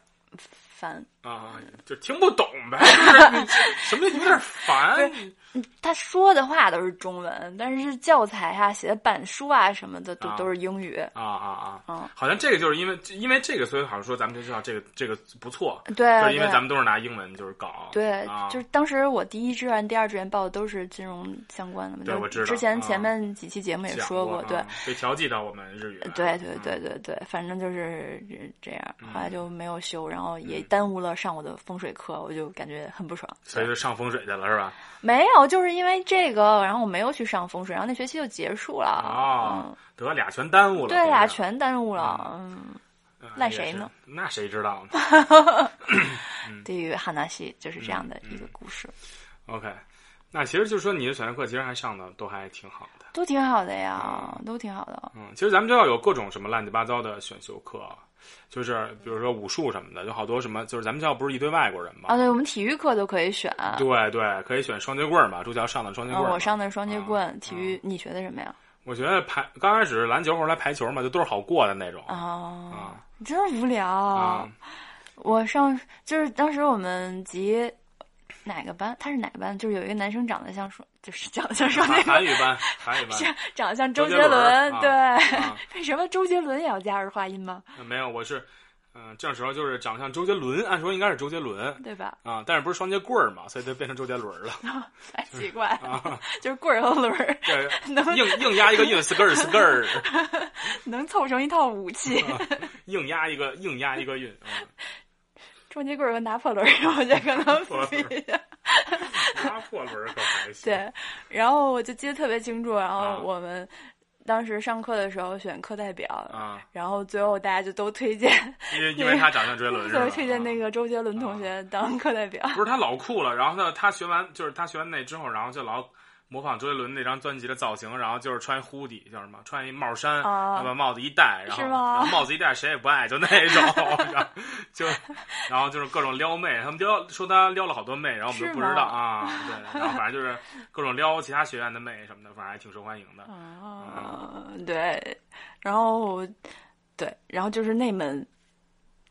S2: 烦。
S1: 啊，就听不懂呗，就是你什么有点烦
S2: 不是他说的话都是中文，但是教材啊、写的板书啊什么的都、
S1: 啊
S2: 都是英语。
S1: 啊啊
S2: 嗯
S1: 啊！好像这个就是因为因为这个，所以好像说咱们就知道这个这个不错，
S2: 对，
S1: 就是因为
S2: 对
S1: 咱们都是拿英文就是搞，
S2: 对，
S1: 啊
S2: 就是当时我第一志愿、第二志愿报的都是金融相关的嘛。
S1: 对
S2: 就是
S1: 我知道
S2: 之前
S1: 啊
S2: 前面几期节目也
S1: 讲
S2: 说
S1: 过，
S2: 对
S1: 啊，被调剂到我们日语来了，
S2: 对对
S1: 嗯
S2: 对对对，反正就是这样，
S1: 嗯
S2: 后来就没有修，然后也
S1: 嗯
S2: 耽误了上我的风水课，我就感觉很不爽。
S1: 所以就上风水去了是吧？
S2: 没有，就是因为这个，然后我没有去上风水，然后那学期就结束了。
S1: 哦得俩全耽误
S2: 嗯，
S1: 了，
S2: 对
S1: 呀、
S2: 呀，全耽误了。嗯，
S1: 嗯
S2: 赖谁呢？
S1: 也 (laughs) 是那谁知道呢
S2: (laughs)
S1: 嗯
S2: 对于汉纳西就是这样的一个故事。
S1: ？OK，那其实就是说你的选修课其实还上的都还挺好的。
S2: 都挺好的呀，都挺好的。
S1: 嗯，其实咱们知道有各种什么乱七八糟的选修课，就是比如说武术什么的，有好多什么，就是咱们学校不是一堆外国人嘛，
S2: 啊，对，我们体育课都可以选。
S1: 对对，可以选双截棍儿嘛，朱桥上的双截
S2: 嗯，
S1: 棍儿嘛、
S2: 啊我上的是双截棍，
S1: 啊
S2: 体育、你学的什么呀？
S1: 我觉得排刚开始是篮球，后来排球嘛，就都是好过的那种
S2: 啊，
S1: 啊
S2: 真无聊。
S1: 啊
S2: 我上就是当时我们级哪个班？他是哪个班？就是有一个男生长得像双，就是长得像双截
S1: (laughs) 韩
S2: 棍，
S1: 韩语班，韩语班
S2: (laughs) 是长得像
S1: 周
S2: 杰
S1: 杰伦
S2: 伦。
S1: 啊
S2: 对，
S1: 啊，
S2: (laughs) 为什么周杰伦也要加儿化音吗？
S1: 呃没有，我是嗯、这时候就是长得像周杰伦，按说应该是周杰伦
S2: 对吧？
S1: 啊，但是不是双截棍儿嘛，所以就变成周杰伦了
S2: 太哎奇怪，
S1: 啊，
S2: 就是棍儿和轮儿
S1: 对， (laughs)
S2: 能
S1: 硬硬压一个硬 skr skr，
S2: 能凑成一套武器，
S1: 啊
S2: (laughs)
S1: 硬压一个硬压一个韵，嗯
S2: 双截棍儿和拿破仑儿，我觉得可能不一 (laughs) 样。
S1: 压破轮儿可还行，
S2: 对，然后我就记得特别清楚，然后
S1: 啊
S2: 我们当时上课的时候选课代表，
S1: 啊，
S2: 然后最后大家就都推荐，
S1: 因为因为他长相追
S2: (laughs)
S1: 轮是吧啊
S2: 都？推荐那个周杰伦同学当课代表。
S1: (laughs) 不是他老酷了，然后呢，他学完就是他学完那之后，然后就老模仿周杰伦那张专辑的造型，然后就是穿 hoodie 叫什么，穿一帽衫，
S2: 啊
S1: 然后把帽子一戴，然后
S2: 是吗
S1: 然后帽子一戴谁也不爱，就那
S2: (laughs)
S1: 种，然后就然后就是各种撩妹，他们撩说他撩了好多妹，然后我们
S2: 是
S1: 都不
S2: 吗
S1: 知道啊，对，然后反正就是各种撩其他学院的妹什么的，反正还挺受欢迎的。
S2: 啊，对，然后对，然后就是那门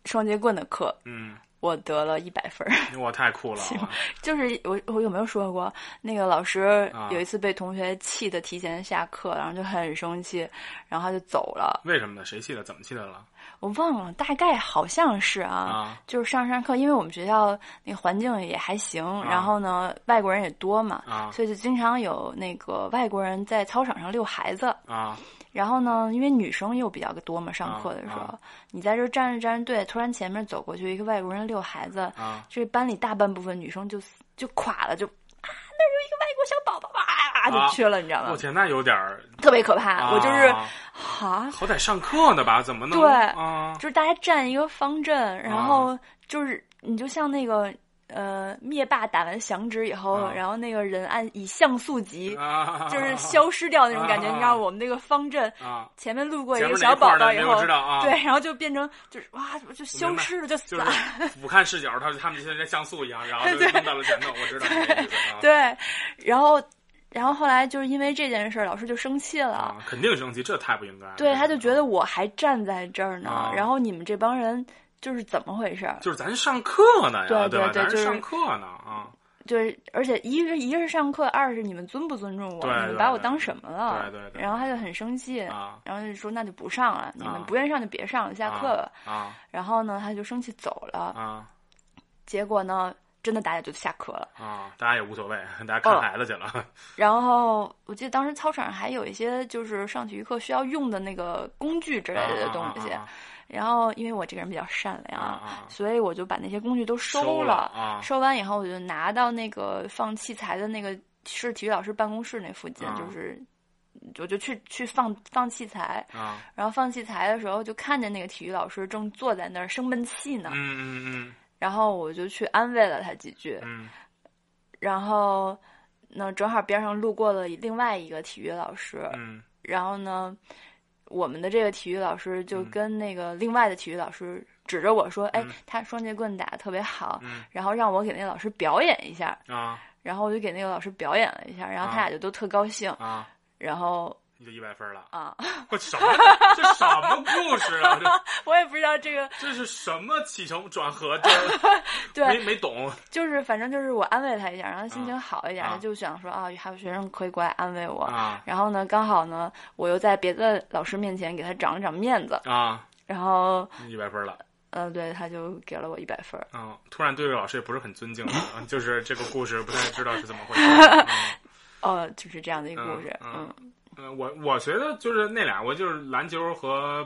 S2: 双截棍的课，
S1: 嗯，
S2: 我得了一百分儿。 (laughs)
S1: 哇，太酷了啊，
S2: 就是我我有没有说过，那个老师
S1: 啊
S2: 有一次被同学气的提前下课，然后就很生气，然后他就走了。
S1: 为什么呢？谁气的？怎么气的了？
S2: 我忘了，大概好像是啊。
S1: 啊，
S2: 就是上上课，因为我们学校那个环境也还行，然后呢，外国人也多嘛，
S1: 啊
S2: 所以就经常有那个外国人在操场上遛孩子。
S1: 啊
S2: 然后呢，因为女生又比较多嘛，上课的时候，
S1: 啊
S2: 你在这儿站着站着队，突然前面走过去一个外国人遛孩子， (laughs)
S1: 啊
S2: 这班里大半部分女生就就垮了，就啊，那儿有一个外国小宝宝啊，
S1: 啊
S2: 就去了，你知道
S1: 我
S2: 吗？
S1: 天，那有点儿，
S2: 特别可怕，我就是
S1: 啊
S2: 哈，
S1: 好歹上课呢吧？怎么能
S2: 对
S1: 啊？
S2: 就是大家站一个方阵，然后就是你就像那个。呃，灭霸打完响指以后，
S1: 啊
S2: 然后那个人按以像素级，
S1: 啊，
S2: (laughs) 就是消失掉那种感觉。
S1: 啊
S2: 你知道，我们那个方阵
S1: 啊，
S2: 前面路过一
S1: 前
S2: 个
S1: 面
S2: 小宝宝以
S1: 那一块儿的没
S2: 后
S1: 有，知道啊，
S2: 对，，然后就变成就是哇，就消失了，就死
S1: 就
S2: (laughs) 了。
S1: 是俯瞰视角，他他们就像在像素一样，然后就
S2: 对
S1: 弄到了前头，我知道这个意思啊。
S2: 对，然后，然后后来就是因为这件事儿，老师就生气了。
S1: 啊，肯定生气，这太不应该了。
S2: 对，他就觉得我还站在这儿呢，
S1: 啊
S2: 然后你们这帮人就是怎么回事儿？
S1: (laughs) 就是咱上课呢呀，
S2: 对
S1: 吧？
S2: 对对
S1: 咱
S2: 就是
S1: 上课呢啊，
S2: 就是而且一是一是上课，二是你们尊不尊重我？
S1: 对
S2: 你们
S1: 对
S2: 把我
S1: 对
S2: 当什么了？
S1: 对对对
S2: 然后他就很生气，
S1: 啊
S2: 然后就说那就不上了，你们
S1: 啊
S2: 不愿意上就别上了，下课吧。
S1: 啊
S2: 然后呢，他就生气走了。
S1: 啊
S2: 结果呢，真的大家就下课了。
S1: 啊！大家也无所谓，大家
S2: 哦
S1: 看孩子去了
S2: 然后我记得当时操场上还有一些就是上体育课需要用的那个工具之类的东西。
S1: 啊
S2: 然后因为我这个人比较善良，
S1: 啊啊
S2: 所以我就把那些工具都收
S1: 收了啊
S2: 收完以后，我就拿到那个放器材的那个是体育老师办公室那附近，
S1: 啊
S2: 就是我就去去放放器材。
S1: 啊啊！
S2: 然后放器材的时候，就看见那个体育老师正坐在那儿生闷气呢。
S1: 嗯嗯
S2: 然后我就去安慰了他几句。
S1: 嗯
S2: 然后呢，正好边上路过了另外一个体育老师，
S1: 嗯
S2: 然后呢，我们的这个体育老师就
S1: 嗯
S2: 跟那个另外的体育老师指着我说：“哎
S1: 嗯，
S2: 他双截棍打得特别好，
S1: 嗯
S2: 然后让我给那个老师表演一下。
S1: 嗯啊”
S2: 然后我就给那个老师表演了一下，然后他
S1: 啊
S2: 俩就都特高兴。
S1: 啊！
S2: 然后
S1: 你就一百分了， (laughs)
S2: 啊，
S1: 我什么？这什么故事啊？这
S2: 我也不知道这个，
S1: 这是什么起承转合？这没
S2: (laughs) 对，
S1: 没懂
S2: 就是反正就是我安慰他一下，让他心情好一点，
S1: 啊
S2: 他就想说啊，还有学生可以过来安慰我。
S1: 啊
S2: 然后呢，刚好呢，我又在别的老师面前给他长了长面子，
S1: 啊！
S2: 然后，
S1: 一百分了。
S2: 呃，对，他就给了我一百分儿。
S1: 嗯，突然对这个老师也不是很尊敬了，嗯 (laughs) 就是这个故事不太知道是怎么回事。嗯
S2: 哦，就是这样的一个故事，
S1: 嗯
S2: 嗯，
S1: 呃，我我觉得就是那俩，我就是篮球和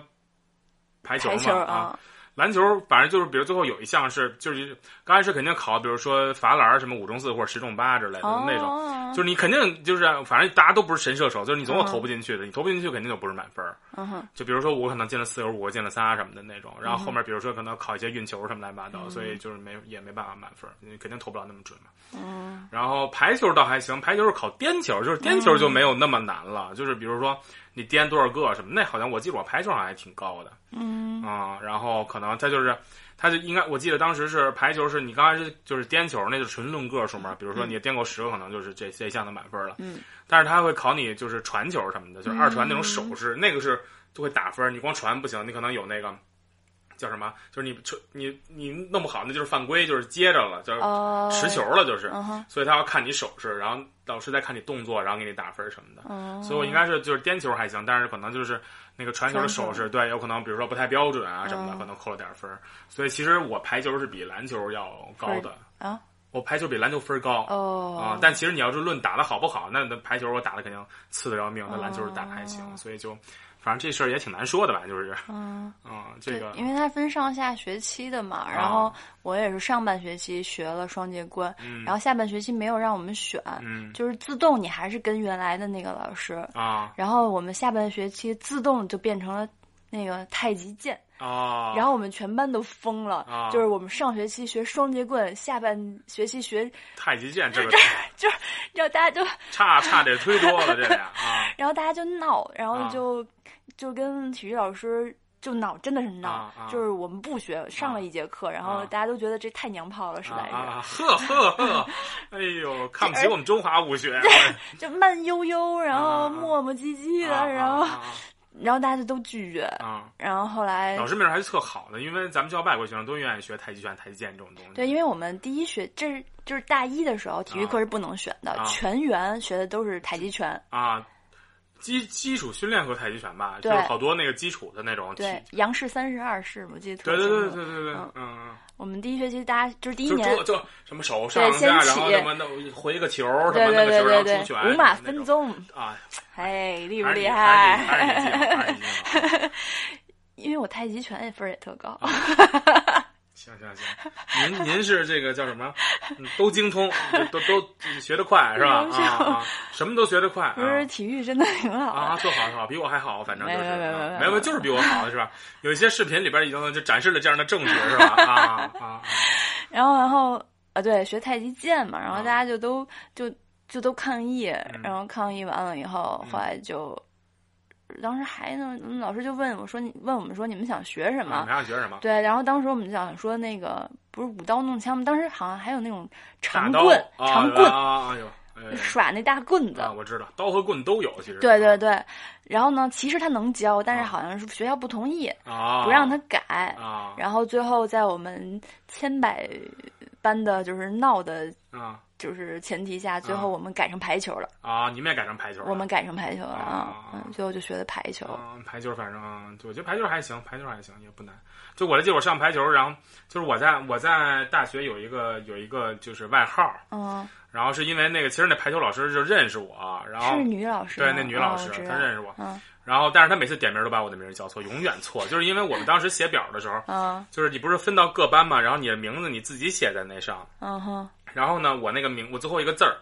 S1: 排球
S2: 排
S1: 嘛
S2: 球
S1: 啊。，篮球反正就是，比如最后有一项是，就是刚开始肯定考，比如说罚篮什么五中四或者十中八之类的、
S2: 哦，
S1: 呃那种，就是你肯定就是，反正大家都不是神射手，就是你总有
S2: 嗯
S1: 投不进去的，你投不进去肯定就不是满分儿。
S2: 嗯哼，
S1: 就比如说我可能进了四个，我进了仨什么的那种，然后后面比如说可能考一些运球什么乱七八糟，所以就是没也没办法满分，你肯定投不了那么准嘛。
S2: 嗯
S1: 然后排球倒还行，排球是考颠球，就是颠球就没有那么难了，就是比如说你颠多少个什么，那好像我记得我排球好像还挺高的
S2: 嗯
S1: 啊、然后可能它就是。它就应该，我记得当时是排球，是你刚开始就是颠球，那就是纯论个数嘛。比如说你颠够十个，可能就是这这项的满分了。
S2: 嗯，
S1: 但是他会考你就是传球什么的，就是二传那种手势，
S2: 嗯
S1: 那个是就会打分。你光传不行，你可能有那个叫什么，就是你你你弄不好，那就是犯规，就是接着了，就是
S2: 哦，
S1: 持球，了，就是。
S2: 嗯哼，
S1: 所以他要看你手势，然后老师再看你动作，然后给你打分什么的。
S2: 嗯，
S1: 所以我应该是就是颠球还行，但是可能就是那个传球的手势，对，有可能比如说不太标准啊什么的，
S2: 嗯
S1: 可能扣了点分儿。所以其实我排球是比篮球要高的
S2: 啊，
S1: 我排球比篮球分儿高啊、
S2: 哦
S1: 但其实你要是论打的好不好，那那排球我打的肯定次的要命，那篮球打的还行，所以就反正这事儿也挺难说的吧，就是
S2: 哦嗯，
S1: 啊、这个啊
S2: 对，因为它分上下学期的嘛，然后我也是上半学期学了双截棍，
S1: 嗯
S2: 然后下半学期没有让我们选，
S1: 嗯
S2: 就是自动你还是跟原来的那个老师，
S1: 啊
S2: 然后我们下半学期自动就变成了那个太极剑，
S1: 啊，
S2: 然后我们全班都疯了，
S1: 啊
S2: 就是我们上学期学双截棍，下半学期学，
S1: 太极剑这个
S2: 然后大家就，
S1: 差差得忒多了，这俩
S2: (laughs)
S1: 啊
S2: 然后大家就闹，然后
S1: 啊
S2: 就、就跟体育老师。就闹，真的是闹，
S1: 啊啊
S2: 就是我们不学，上了一节课，然后
S1: 啊
S2: 大家都觉得这太娘炮了，实
S1: 啊
S2: 在是，
S1: 啊，呵呵呵，哎呦，看不起我们中华武
S2: (laughs)
S1: 学，啊
S2: 就慢悠悠，然
S1: 啊啊
S2: 后磨磨唧唧的，
S1: 啊
S2: (laughs) 然后、
S1: 啊
S2: 然后大家就都拒绝，
S1: 啊啊，
S2: 然后后来 (laughs)
S1: 老师们还是特好的，因为咱们学校外国学生都愿意学太极拳、太极剑这种东西，
S2: 对，因为我们第一学这是就是大一的时候，体育课是不能选的，
S1: 啊
S2: 全员学的都是太极拳，
S1: 啊，基基础训练和太极拳吧，就
S2: 对
S1: 是好多那个基础的那种体，
S2: 对，杨氏三十二式，我记得特
S1: 对
S2: 清
S1: 对
S2: 楚。
S1: 对对对对，
S2: 嗯
S1: 嗯嗯，
S2: 我们第一学期大家就是第一
S1: 就
S2: 年，
S1: 这这什么手上
S2: 对
S1: 下，
S2: 先
S1: 然后
S2: 起
S1: 什么的回个球，什
S2: 对
S1: 么那个
S2: 对
S1: 球，然
S2: 对
S1: 后出
S2: 对
S1: 拳，
S2: 对，五马分
S1: 那种
S2: 鬃，
S1: 啊，
S2: 哎，厉不
S1: 还是
S2: 厉
S1: 你还是
S2: 害？
S1: 你
S2: (laughs)
S1: 还是你还是你好
S2: 因为我太极拳也分儿也特高，
S1: 啊行行行，您您是这个叫什么？嗯都精通，都都都学得快是
S2: (laughs)
S1: 吧？
S2: 优秀
S1: 啊，啊什么都学得快
S2: 不是
S1: 啊。
S2: 体育真的挺好的。
S1: 啊，特好特好，比我还好，反正就是
S2: 没有没有没有没
S1: 啊
S2: 有
S1: 没有，就是比我好，是吧？有一些视频里边已经就展示了这样的证据，是
S2: (laughs)
S1: 吧？啊啊啊！
S2: 然后然后啊，对，学太极剑嘛，然后
S1: 啊嗯
S2: 大家就都、就就都抗议，然后抗议完了以后，后来就。当时还呢，我们老师就问我说：“你问我们说你们想学什
S1: 啊
S2: 么
S1: 你？”还想学什么？
S2: 对，然后当时我们就想说那个不是舞刀弄枪吗，当时好像还有那种
S1: 大
S2: 长
S1: 刀
S2: 棍，
S1: 啊
S2: 长棍、
S1: 啊！哎呦，哎
S2: 耍那大棍子。
S1: 啊，我知道，刀和棍都有，其实
S2: 对对对，然后呢，其实他能教，但是
S1: 啊
S2: 好像是学校不同意，
S1: 啊，
S2: 不让他改。
S1: 啊
S2: 然后最后在我们千百般的就是闹的
S1: 啊
S2: 就是前提下，最后我们改成排球了。
S1: 啊！你们也改成排球了？
S2: 我们改成排球了
S1: 啊
S2: 啊，嗯，最后就学的排球。
S1: 嗯，排球反正嗯我觉得排球还行，排球还行，也不难。就我记得我上排球，然后就是我在我在大学有一个有一个就是外号，
S2: 嗯，
S1: 然后是因为那个其实那排球老师就认识我，然后
S2: 是女老师吗。
S1: 对那女老师
S2: 哦我知
S1: 她
S2: 道。
S1: 认识我，
S2: 嗯
S1: 然后但是她每次点名都把我的名儿叫错，永远错，就是因为我们当时写表的时候，
S2: 嗯
S1: 就是你不是分到各班嘛，然后你的名字你自己写在那上，
S2: 嗯哼
S1: 然后呢，我那个名，我最后一个字儿，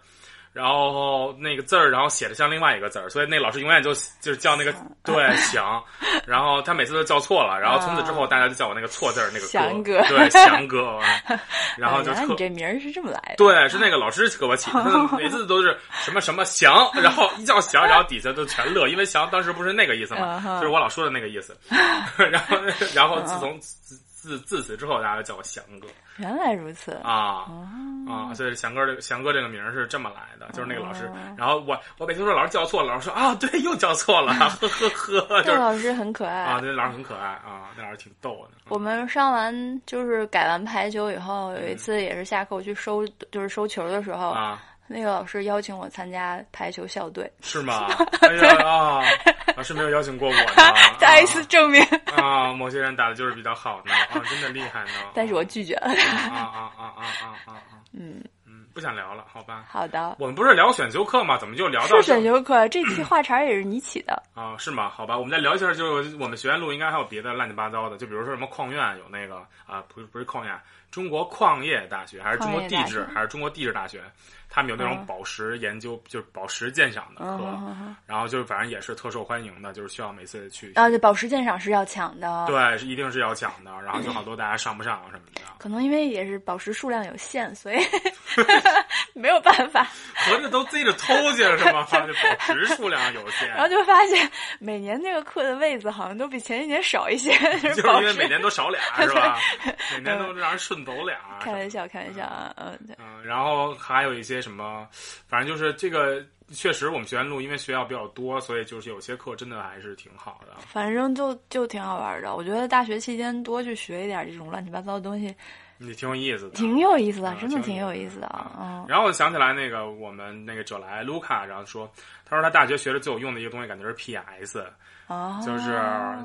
S1: 然后那个字儿，然后写的像另外一个字儿，所以那老师永远就就是叫那个对
S2: (laughs)
S1: 翔，然后他每次都叫错了，然后从此之后大家就叫我那个错字儿那个
S2: 哦翔
S1: 哥
S2: 哥，
S1: 对翔
S2: (laughs)
S1: 哥，哦然后就
S2: 哎原来
S1: 特
S2: 你这名儿是这么来的。
S1: 对，是那个老师给
S2: (laughs)
S1: 我起的，他每次都是什么什么翔，然后一叫翔，然后底下都全乐，因为翔当时不是那个意思嘛
S2: 嗯，哼
S1: 就是我老说的那个意
S2: (laughs)
S1: 思。然后，然后自从自自自此之后，大家都叫我翔哥
S2: 原来如此。
S1: 啊
S2: 哦
S1: 啊，所以翔哥这个翔哥这个名儿是这么来的，就是那个老师。然后我我每次说老师叫错了，老师说啊， (laughs) 对，又叫错
S2: (laughs)
S1: 了，呵呵呵，就
S2: 这
S1: 是
S2: 个老师很可
S1: 啊，
S2: 爱。
S1: 这老师很可爱啊，那老师挺逗的。
S2: 我们上完就是改完排球以后，有一次也是下课我去收就是收球的时候，
S1: 嗯啊，
S2: 那个老师邀请我参加排球校队，。
S1: 是吗？哎呀啊，老师没有邀请过我呢
S2: (laughs) 再一
S1: 啊
S2: 次证明，
S1: 啊，某些人打的就是比较好呢，啊，真的厉害呢。
S2: (laughs) 但是我拒绝了。
S1: 啊啊啊啊啊啊啊，
S2: 嗯，
S1: 嗯，不想聊了，好吧。
S2: 好的。
S1: 我们不是聊选修课吗？怎么就聊到
S2: 是选修课，这题话茬儿也是你起的。
S1: 啊？是吗？好吧，我们再聊一下，就是我们学院路应该还有别的乱七八糟的，就比如说什么矿院有那个啊，不是不是矿院，中国矿业大学还是中国地质
S2: 矿业大
S1: 还是中国地质大学，他们有那种
S2: 嗯
S1: 宝石研究，就是宝石鉴赏的
S2: 嗯
S1: 课，
S2: 哼哼哼，
S1: 然后就是反正也是特受欢迎的，就是需要每次去，
S2: 啊，对，宝石鉴赏是要抢的。，
S1: 嗯对，是一定是要讲的，然后就好多大家上不上什么的。
S2: 可能因为也是宝石数量有限，所
S1: (laughs)
S2: 以 (laughs) 没有办法。
S1: 合着都自己着偷去了是
S2: (laughs)
S1: 吗？这宝石数量有限，
S2: 然后就发现每年那个课的位子好像都比前一年
S1: (laughs)
S2: 少一些，
S1: 就
S2: 就
S1: 是是
S2: 宝
S1: 因为每
S2: 石。
S1: 年都少
S2: (laughs)
S1: 俩是吧？每年都让人顺走俩。
S2: 嗯开玩。笑，开玩笑啊，嗯，对，
S1: 嗯，然后还有一些什么，反正就是这个，确实我们学院路因为学校比较多，所以就是有些课真的还是挺好的。
S2: 反正就就挺好玩的。我觉得大学期间多去学一点这种乱七八糟的东西，
S1: 你挺有意思的。
S2: 挺有意思的
S1: 啊，
S2: 真的
S1: 挺
S2: 挺
S1: 有
S2: 有
S1: 意
S2: 意思的啊。嗯，
S1: 然后我想起来那个我们那个者来卢卡，然后说他说他大学学的最有用的一个东西，感觉是 PS，
S2: 哦，
S1: 就是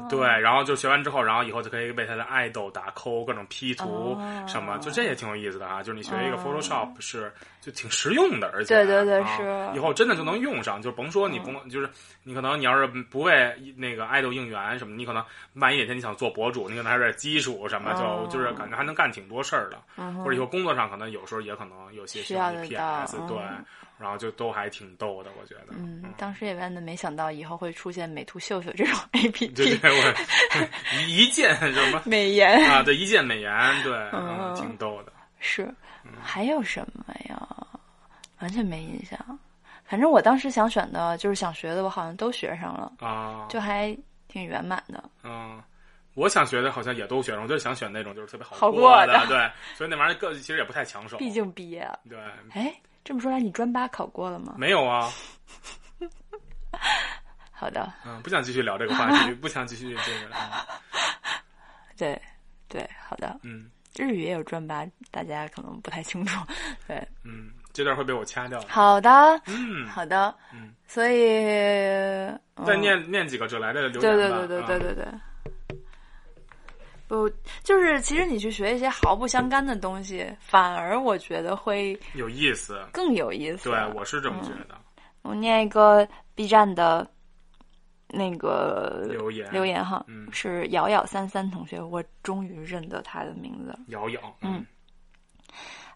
S1: 对，然后就学完之后，然后以后就可以为他的爱豆打 call，各种 P 图
S2: 哦
S1: 什么，就这也挺有意思的啊。就是你学一个
S2: 哦
S1: Photoshop 是就挺实用的，而且
S2: 对对对
S1: 啊
S2: 是哦
S1: 以后真的就能用上，就甭说你甭就是你可能你要是不为那个爱豆应援什么，你可能万一哪天你想做博主，你可能还有点基础什么，
S2: 哦
S1: 就就是感觉还能干挺多事儿的。
S2: 嗯
S1: 或者以后
S2: 哼，
S1: 工作上可能有时候也可能有些
S2: 需
S1: 要
S2: 要
S1: 你
S2: 得到
S1: PS，对
S2: 嗯，
S1: 然后就都还挺逗的，我觉得。
S2: 嗯，当时也万万没想到以后会出现美图秀秀这种 A P
S1: 对
S2: P
S1: 对，我 (laughs) 一键什么
S2: 美颜
S1: (laughs) 啊？对，一键美颜，对，
S2: 嗯
S1: 嗯，挺逗的。
S2: (laughs) 是，
S1: 嗯
S2: 还有什么呀？完全没印象。反正我当时想选的，就是想学的，我好像都学上了，
S1: 啊，
S2: 就还挺圆满的。
S1: 嗯，我想学的好像也都学上，我就想选那种就是特别
S2: 好
S1: 过
S2: 过的
S1: 对，所以那玩意儿个其实也不太抢手。
S2: 毕竟毕业了。
S1: 对，
S2: 哎，这么说来，你专八考过了吗？
S1: 没有啊，
S2: 好的，
S1: 嗯，不想继续聊这个话
S2: (laughs)
S1: 题，不想继续这个，
S2: 对，对，好的。
S1: 嗯
S2: 日语也有专八，大家可能不太清楚。对，
S1: 嗯嗯，这段会被我掐掉的。
S2: 好的，
S1: 嗯，
S2: 好的。
S1: 嗯，
S2: 所以，嗯
S1: 再念念几个这来的留
S2: 对
S1: 言
S2: 对
S1: 吧
S2: 对对
S1: 啊
S2: 对对对。不，就是其实你去学一些毫不相干的东西，反而我觉得会
S1: 有意思。
S2: 更有意思。
S1: 对，我是这么觉得。
S2: 我念一个 B 站的那个
S1: 留言，
S2: 嗯留，言哈，
S1: 嗯
S2: 是瑶瑶三三同学，我终于认得他的名字了。
S1: 瑶瑶，
S2: 嗯，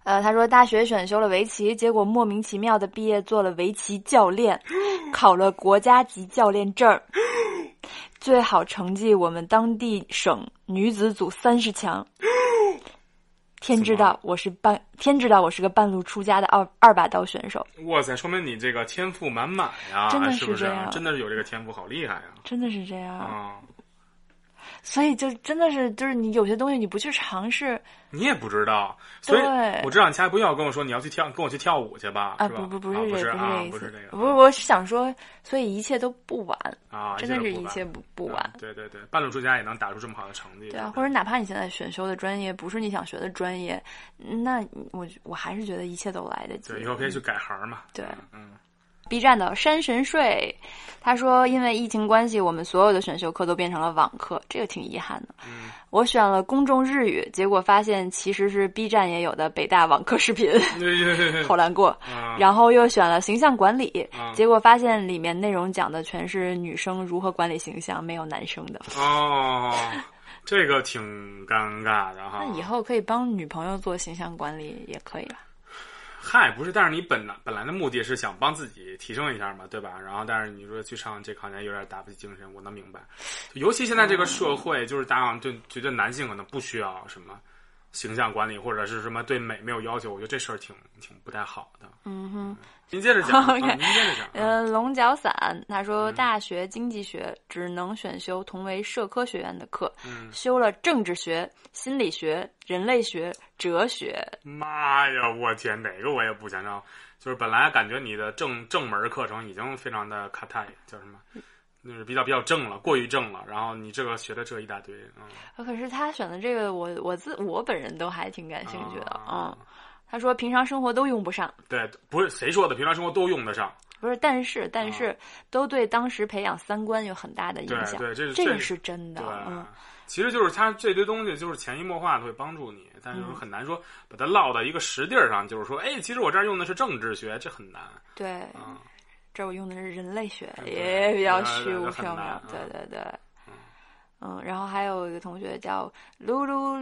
S2: 呃，他说大学选修了围棋，结果莫名其妙的毕业做了围棋
S1: (laughs)
S2: 教练，考了国家级教练证儿，最好成绩我们当地省女子组三十
S1: (laughs)
S2: 强。天知道我是半，天知道我是个半路出家的二二把刀选手，
S1: 嗯哇塞，说明你这个天赋满满呀，
S2: 真的是
S1: 是不是啊
S2: 这样？嗯
S1: 真的是有这个天赋，好厉害呀！
S2: 真的是这样。
S1: 啊，
S2: 所以就真的是，就是你有些东西你不去尝试
S1: 你也不知道，所以
S2: 对
S1: 我知道你下一步又要跟我说你要去跳，跟我去跳舞去吧？
S2: 啊，
S1: 是吧
S2: 不不不
S1: 啊
S2: 是
S1: 不
S2: 这、
S1: 啊
S2: 不
S1: 不
S2: 是
S1: 是
S2: 这
S1: 这
S2: 意思，
S1: 个，
S2: 不是，我是想说，所以一切都不晚，
S1: 啊，
S2: 真的是
S1: 不
S2: 一
S1: 晚
S2: 切不不晚
S1: 嗯，对对对，半路出家也能打出这么好的成绩，
S2: 对啊，
S1: 不
S2: 或者哪怕你现在选修的专业不是你想学的专业，那你我我还是觉得一切都来得及
S1: 对，。以后可以去改行嘛。
S2: 对
S1: 嗯，
S2: B 站的山神睡，他说因为疫情关系，我们所有的选修课都变成了网课，这个挺遗憾的。
S1: 嗯
S2: 我选了公众日语，结果发现其实是 B 站也有的北大网课视频，
S1: 嗯，对对对
S2: 好难过。
S1: 啊，
S2: 然后又选了形象管理，
S1: 啊
S2: 结果发现里面内容讲的全是女生如何管理形象，没有男生的。
S1: 哦，这个挺尴尬的哈。
S2: 那以后可以帮女朋友做形象管理，也可以吧？
S1: 嗨，不是，但是你本来本来的目的是想帮自己提升一下嘛，对吧？然后，但是你说去上这个行业有点打不起精神，我能明白。就尤其现在这个社会，就是大家好像对觉得男性可能不需要什么形象管理或者是什么对美没有要求，我觉得这事儿挺挺不太好的。
S2: 嗯哼，
S1: 您接着讲，
S2: (laughs) OK
S1: 啊您嗯接着讲。嗯
S2: 呃，龙角散他说，大学经济学只能选修同为社科学院的课，
S1: 嗯
S2: 修了政治学、心理学、人类学、哲学。
S1: 妈呀，我天，哪个我也不想上。就是本来感觉你的正正门课程已经非常的卡太，叫什么？就是比较比较正了，过于正了。然后你这个学的这一大堆，嗯，
S2: 呃可是他选的这个，我我自我本人都还挺感兴趣的。
S1: 啊
S2: 嗯，他说平常生活都用不上，
S1: 对，不是谁说的，平常生活都用得上。
S2: 不是，但是但是都对当时培养三观有很大的
S1: 对
S2: 影响，
S1: 啊对，这
S2: 这
S1: 个
S2: 个是真的
S1: 对。
S2: 嗯，，
S1: 其实就是它这堆东西就是潜移默化的会帮助你，但是
S2: 嗯
S1: 很难说把它落到一个实地儿上，就是说，哎，其实我这儿用的是政治学，这很难
S2: 对，
S1: 啊。
S2: 这我用的是人类学，
S1: 对
S2: 也比较
S1: 对对
S2: 虚无
S1: 对很
S2: 缥缈
S1: 难。
S2: 对
S1: 嗯
S2: 对对。嗯，然后还有一个同学叫噜噜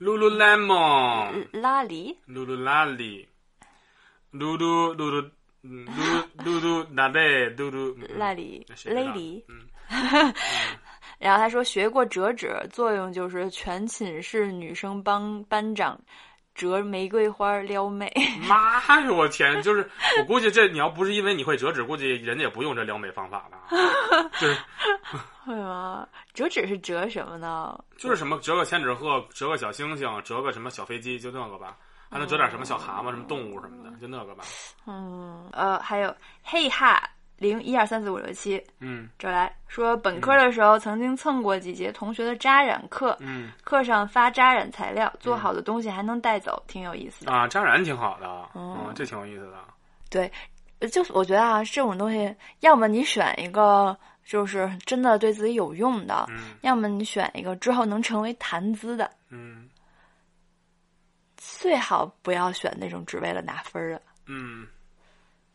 S1: Lululemon，
S2: 拉里，
S1: Lululali，噜噜噜噜，嗯，噜噜噜哪嘞，噜噜
S2: 拉里
S1: 嗯谁知道
S2: lady，
S1: 嗯，
S2: 然后他说学过折纸，作用就是全寝室女生帮班长折玫瑰花撩妹。 (laughs)
S1: 妈呀，我天！就是我估计这你要不是因为你会折纸，估计人家也不用这撩妹方
S2: (laughs)
S1: 法了啊，就是
S2: 会吗？折纸是折什么呢？
S1: 就是什么折个千纸鹤，折个小星星，折个什么小飞机，就那个吧。还能折点什么小蛤
S2: 哦
S1: 蟆、什么动物什么的，就那个吧。
S2: 嗯，呃，还有嘿哈零一二三四五六七，
S1: 嗯
S2: 这来说本科的时候曾经蹭过几节同学的扎染课，
S1: 嗯
S2: 课上发扎染材料，做好的东西还能带走，挺有意思的。
S1: 啊，扎染挺好的，
S2: 哦
S1: 嗯，这挺有意思的。
S2: 对，就是我觉得啊，这种东西，要么你选一个就是真的对自己有用的，
S1: 嗯
S2: 要么你选一个之后能成为谈资的，
S1: 嗯
S2: 最好不要选那种只为了拿分儿的。
S1: 嗯，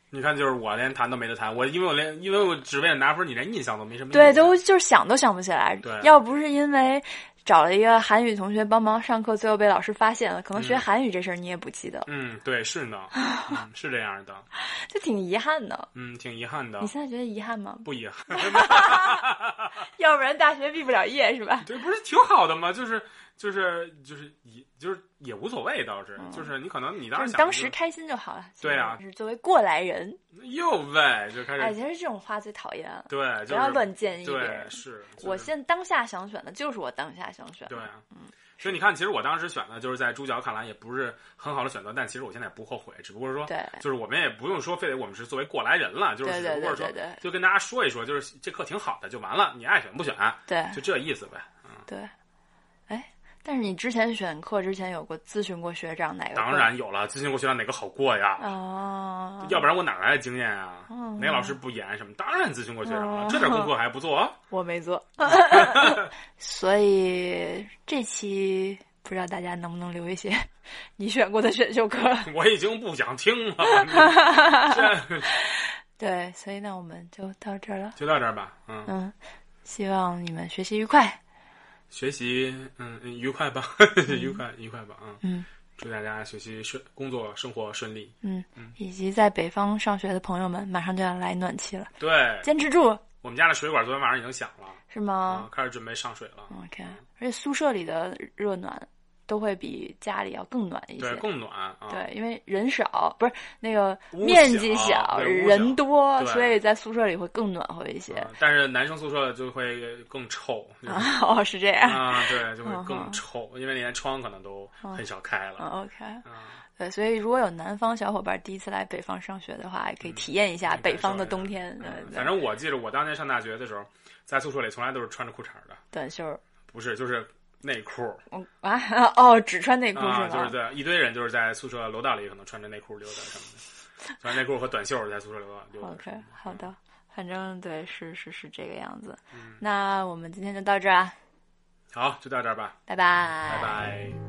S1: 你看，就是我连谈都没得谈，我因为我连因为我只为了拿分，你连印象都没什么印
S2: 对，
S1: 象。
S2: 都就是想都想不起来
S1: 嗯对。
S2: 要不是因为找了一个韩语同学帮忙上课，最后被老师发现了，可能学
S1: 嗯
S2: 韩语这事儿你也不记得，
S1: 嗯，对，是
S2: (laughs)
S1: 呢，嗯是这样的，
S2: 就挺遗憾的。
S1: 嗯，挺遗憾的
S2: 你，现在觉得遗憾吗？
S1: 不遗憾。 (laughs)
S2: 要不然大学毕不了业是吧？
S1: 对，不是挺好的吗？就是就是就是也就是也无所谓，倒是、就是你可能你
S2: 哦
S1: 当时
S2: 就是你
S1: 想
S2: 当
S1: 的
S2: 时开心就好了。
S1: 对啊
S2: 就是作为过来人，
S1: 就是又喂就开始、
S2: 哎，其实这种话最讨厌了，
S1: 对，就是
S2: 不要乱建议别
S1: 对
S2: 人。
S1: 是。就是
S2: 我现嗯当下想选的就是我当下想选的
S1: 对，，啊所以你看，其实我当时选的就是在猪脚看来也不是很好的选择，但其实我现在也不后悔，只不过说
S2: 对
S1: 就是我们也不用说非得我们是作为过来人了，就是
S2: 对
S1: 只
S2: 对
S1: 不过
S2: 对
S1: 说
S2: 对对
S1: 就跟大家说一说，就是这课挺好的就完了，你爱选不选，
S2: 对
S1: 就这意思呗。
S2: 对，哎，但是你之前选课之前有过咨询过学长哪个？
S1: 当。然有了，咨询过学长哪个好过呀？
S2: 哦，
S1: 要不然我哪来的经验啊？
S2: 嗯
S1: 哪个老师不严什么？当然咨询过学长
S2: 哦
S1: 了，这
S2: (laughs)
S1: 点功课还不哦做。
S2: 我
S1: (laughs)
S2: 没做，所以这期不知道大家能不能留一些 (laughs) 你选过的选修课。
S1: 我已经不想听了，
S2: (laughs)
S1: 这
S2: 对，所以那我们就到这儿了。
S1: 就到这儿吧。嗯，
S2: 嗯，希望你们学习愉快。
S1: 学习嗯嗯愉快吧， (laughs) 愉快愉快吧。嗯
S2: 嗯
S1: 祝大家学习顺，工作生活顺利。
S2: 嗯，以及在北方上学的朋友们，马上就要来暖气了，
S1: 对，
S2: 坚持住，
S1: 我们家的水管昨天晚上已经响了，
S2: 是吗嗯
S1: 啊，开始准备上水了。
S2: ？OK，而且宿舍里的热暖都会比家里要更暖一些
S1: 对，。供暖啊。
S2: 对，因为人少，不是那个
S1: 屋
S2: 面积
S1: 小对屋
S2: 人
S1: 小
S2: 多，
S1: 对
S2: 所以在宿舍里会更暖和一些。 (laughs)
S1: 啊但是男生宿舍就会更臭。就是
S2: 啊，哦，是这样。
S1: 啊，对，就
S2: 嗯
S1: 会
S2: 嗯
S1: 更臭，因为连窗可能都很少开了。
S2: 嗯，OK，
S1: 啊，
S2: 对，所以如果有南方小伙伴第一次来北方上学的话，也可以体验一下
S1: 嗯
S2: 北方的冬天，呃，
S1: 反正我记得我当年上大学的时候，在宿舍里从来都是穿着裤衩的，
S2: 短袖儿，
S1: 不是就是内裤
S2: 嗯啊， (laughs) 哦，只穿内裤
S1: 啊，
S2: 是
S1: 就是
S2: 吗？
S1: 对一堆人就是在宿舍楼道里可能穿着内裤溜达什么的，穿着内裤和短袖在宿舍楼道溜达。
S2: OK，好的，反正对，是是是这个样
S1: 嗯
S2: 子。那我们今天就到这儿啊，
S1: 好，就到这儿吧，
S2: 拜拜，拜
S1: 拜拜。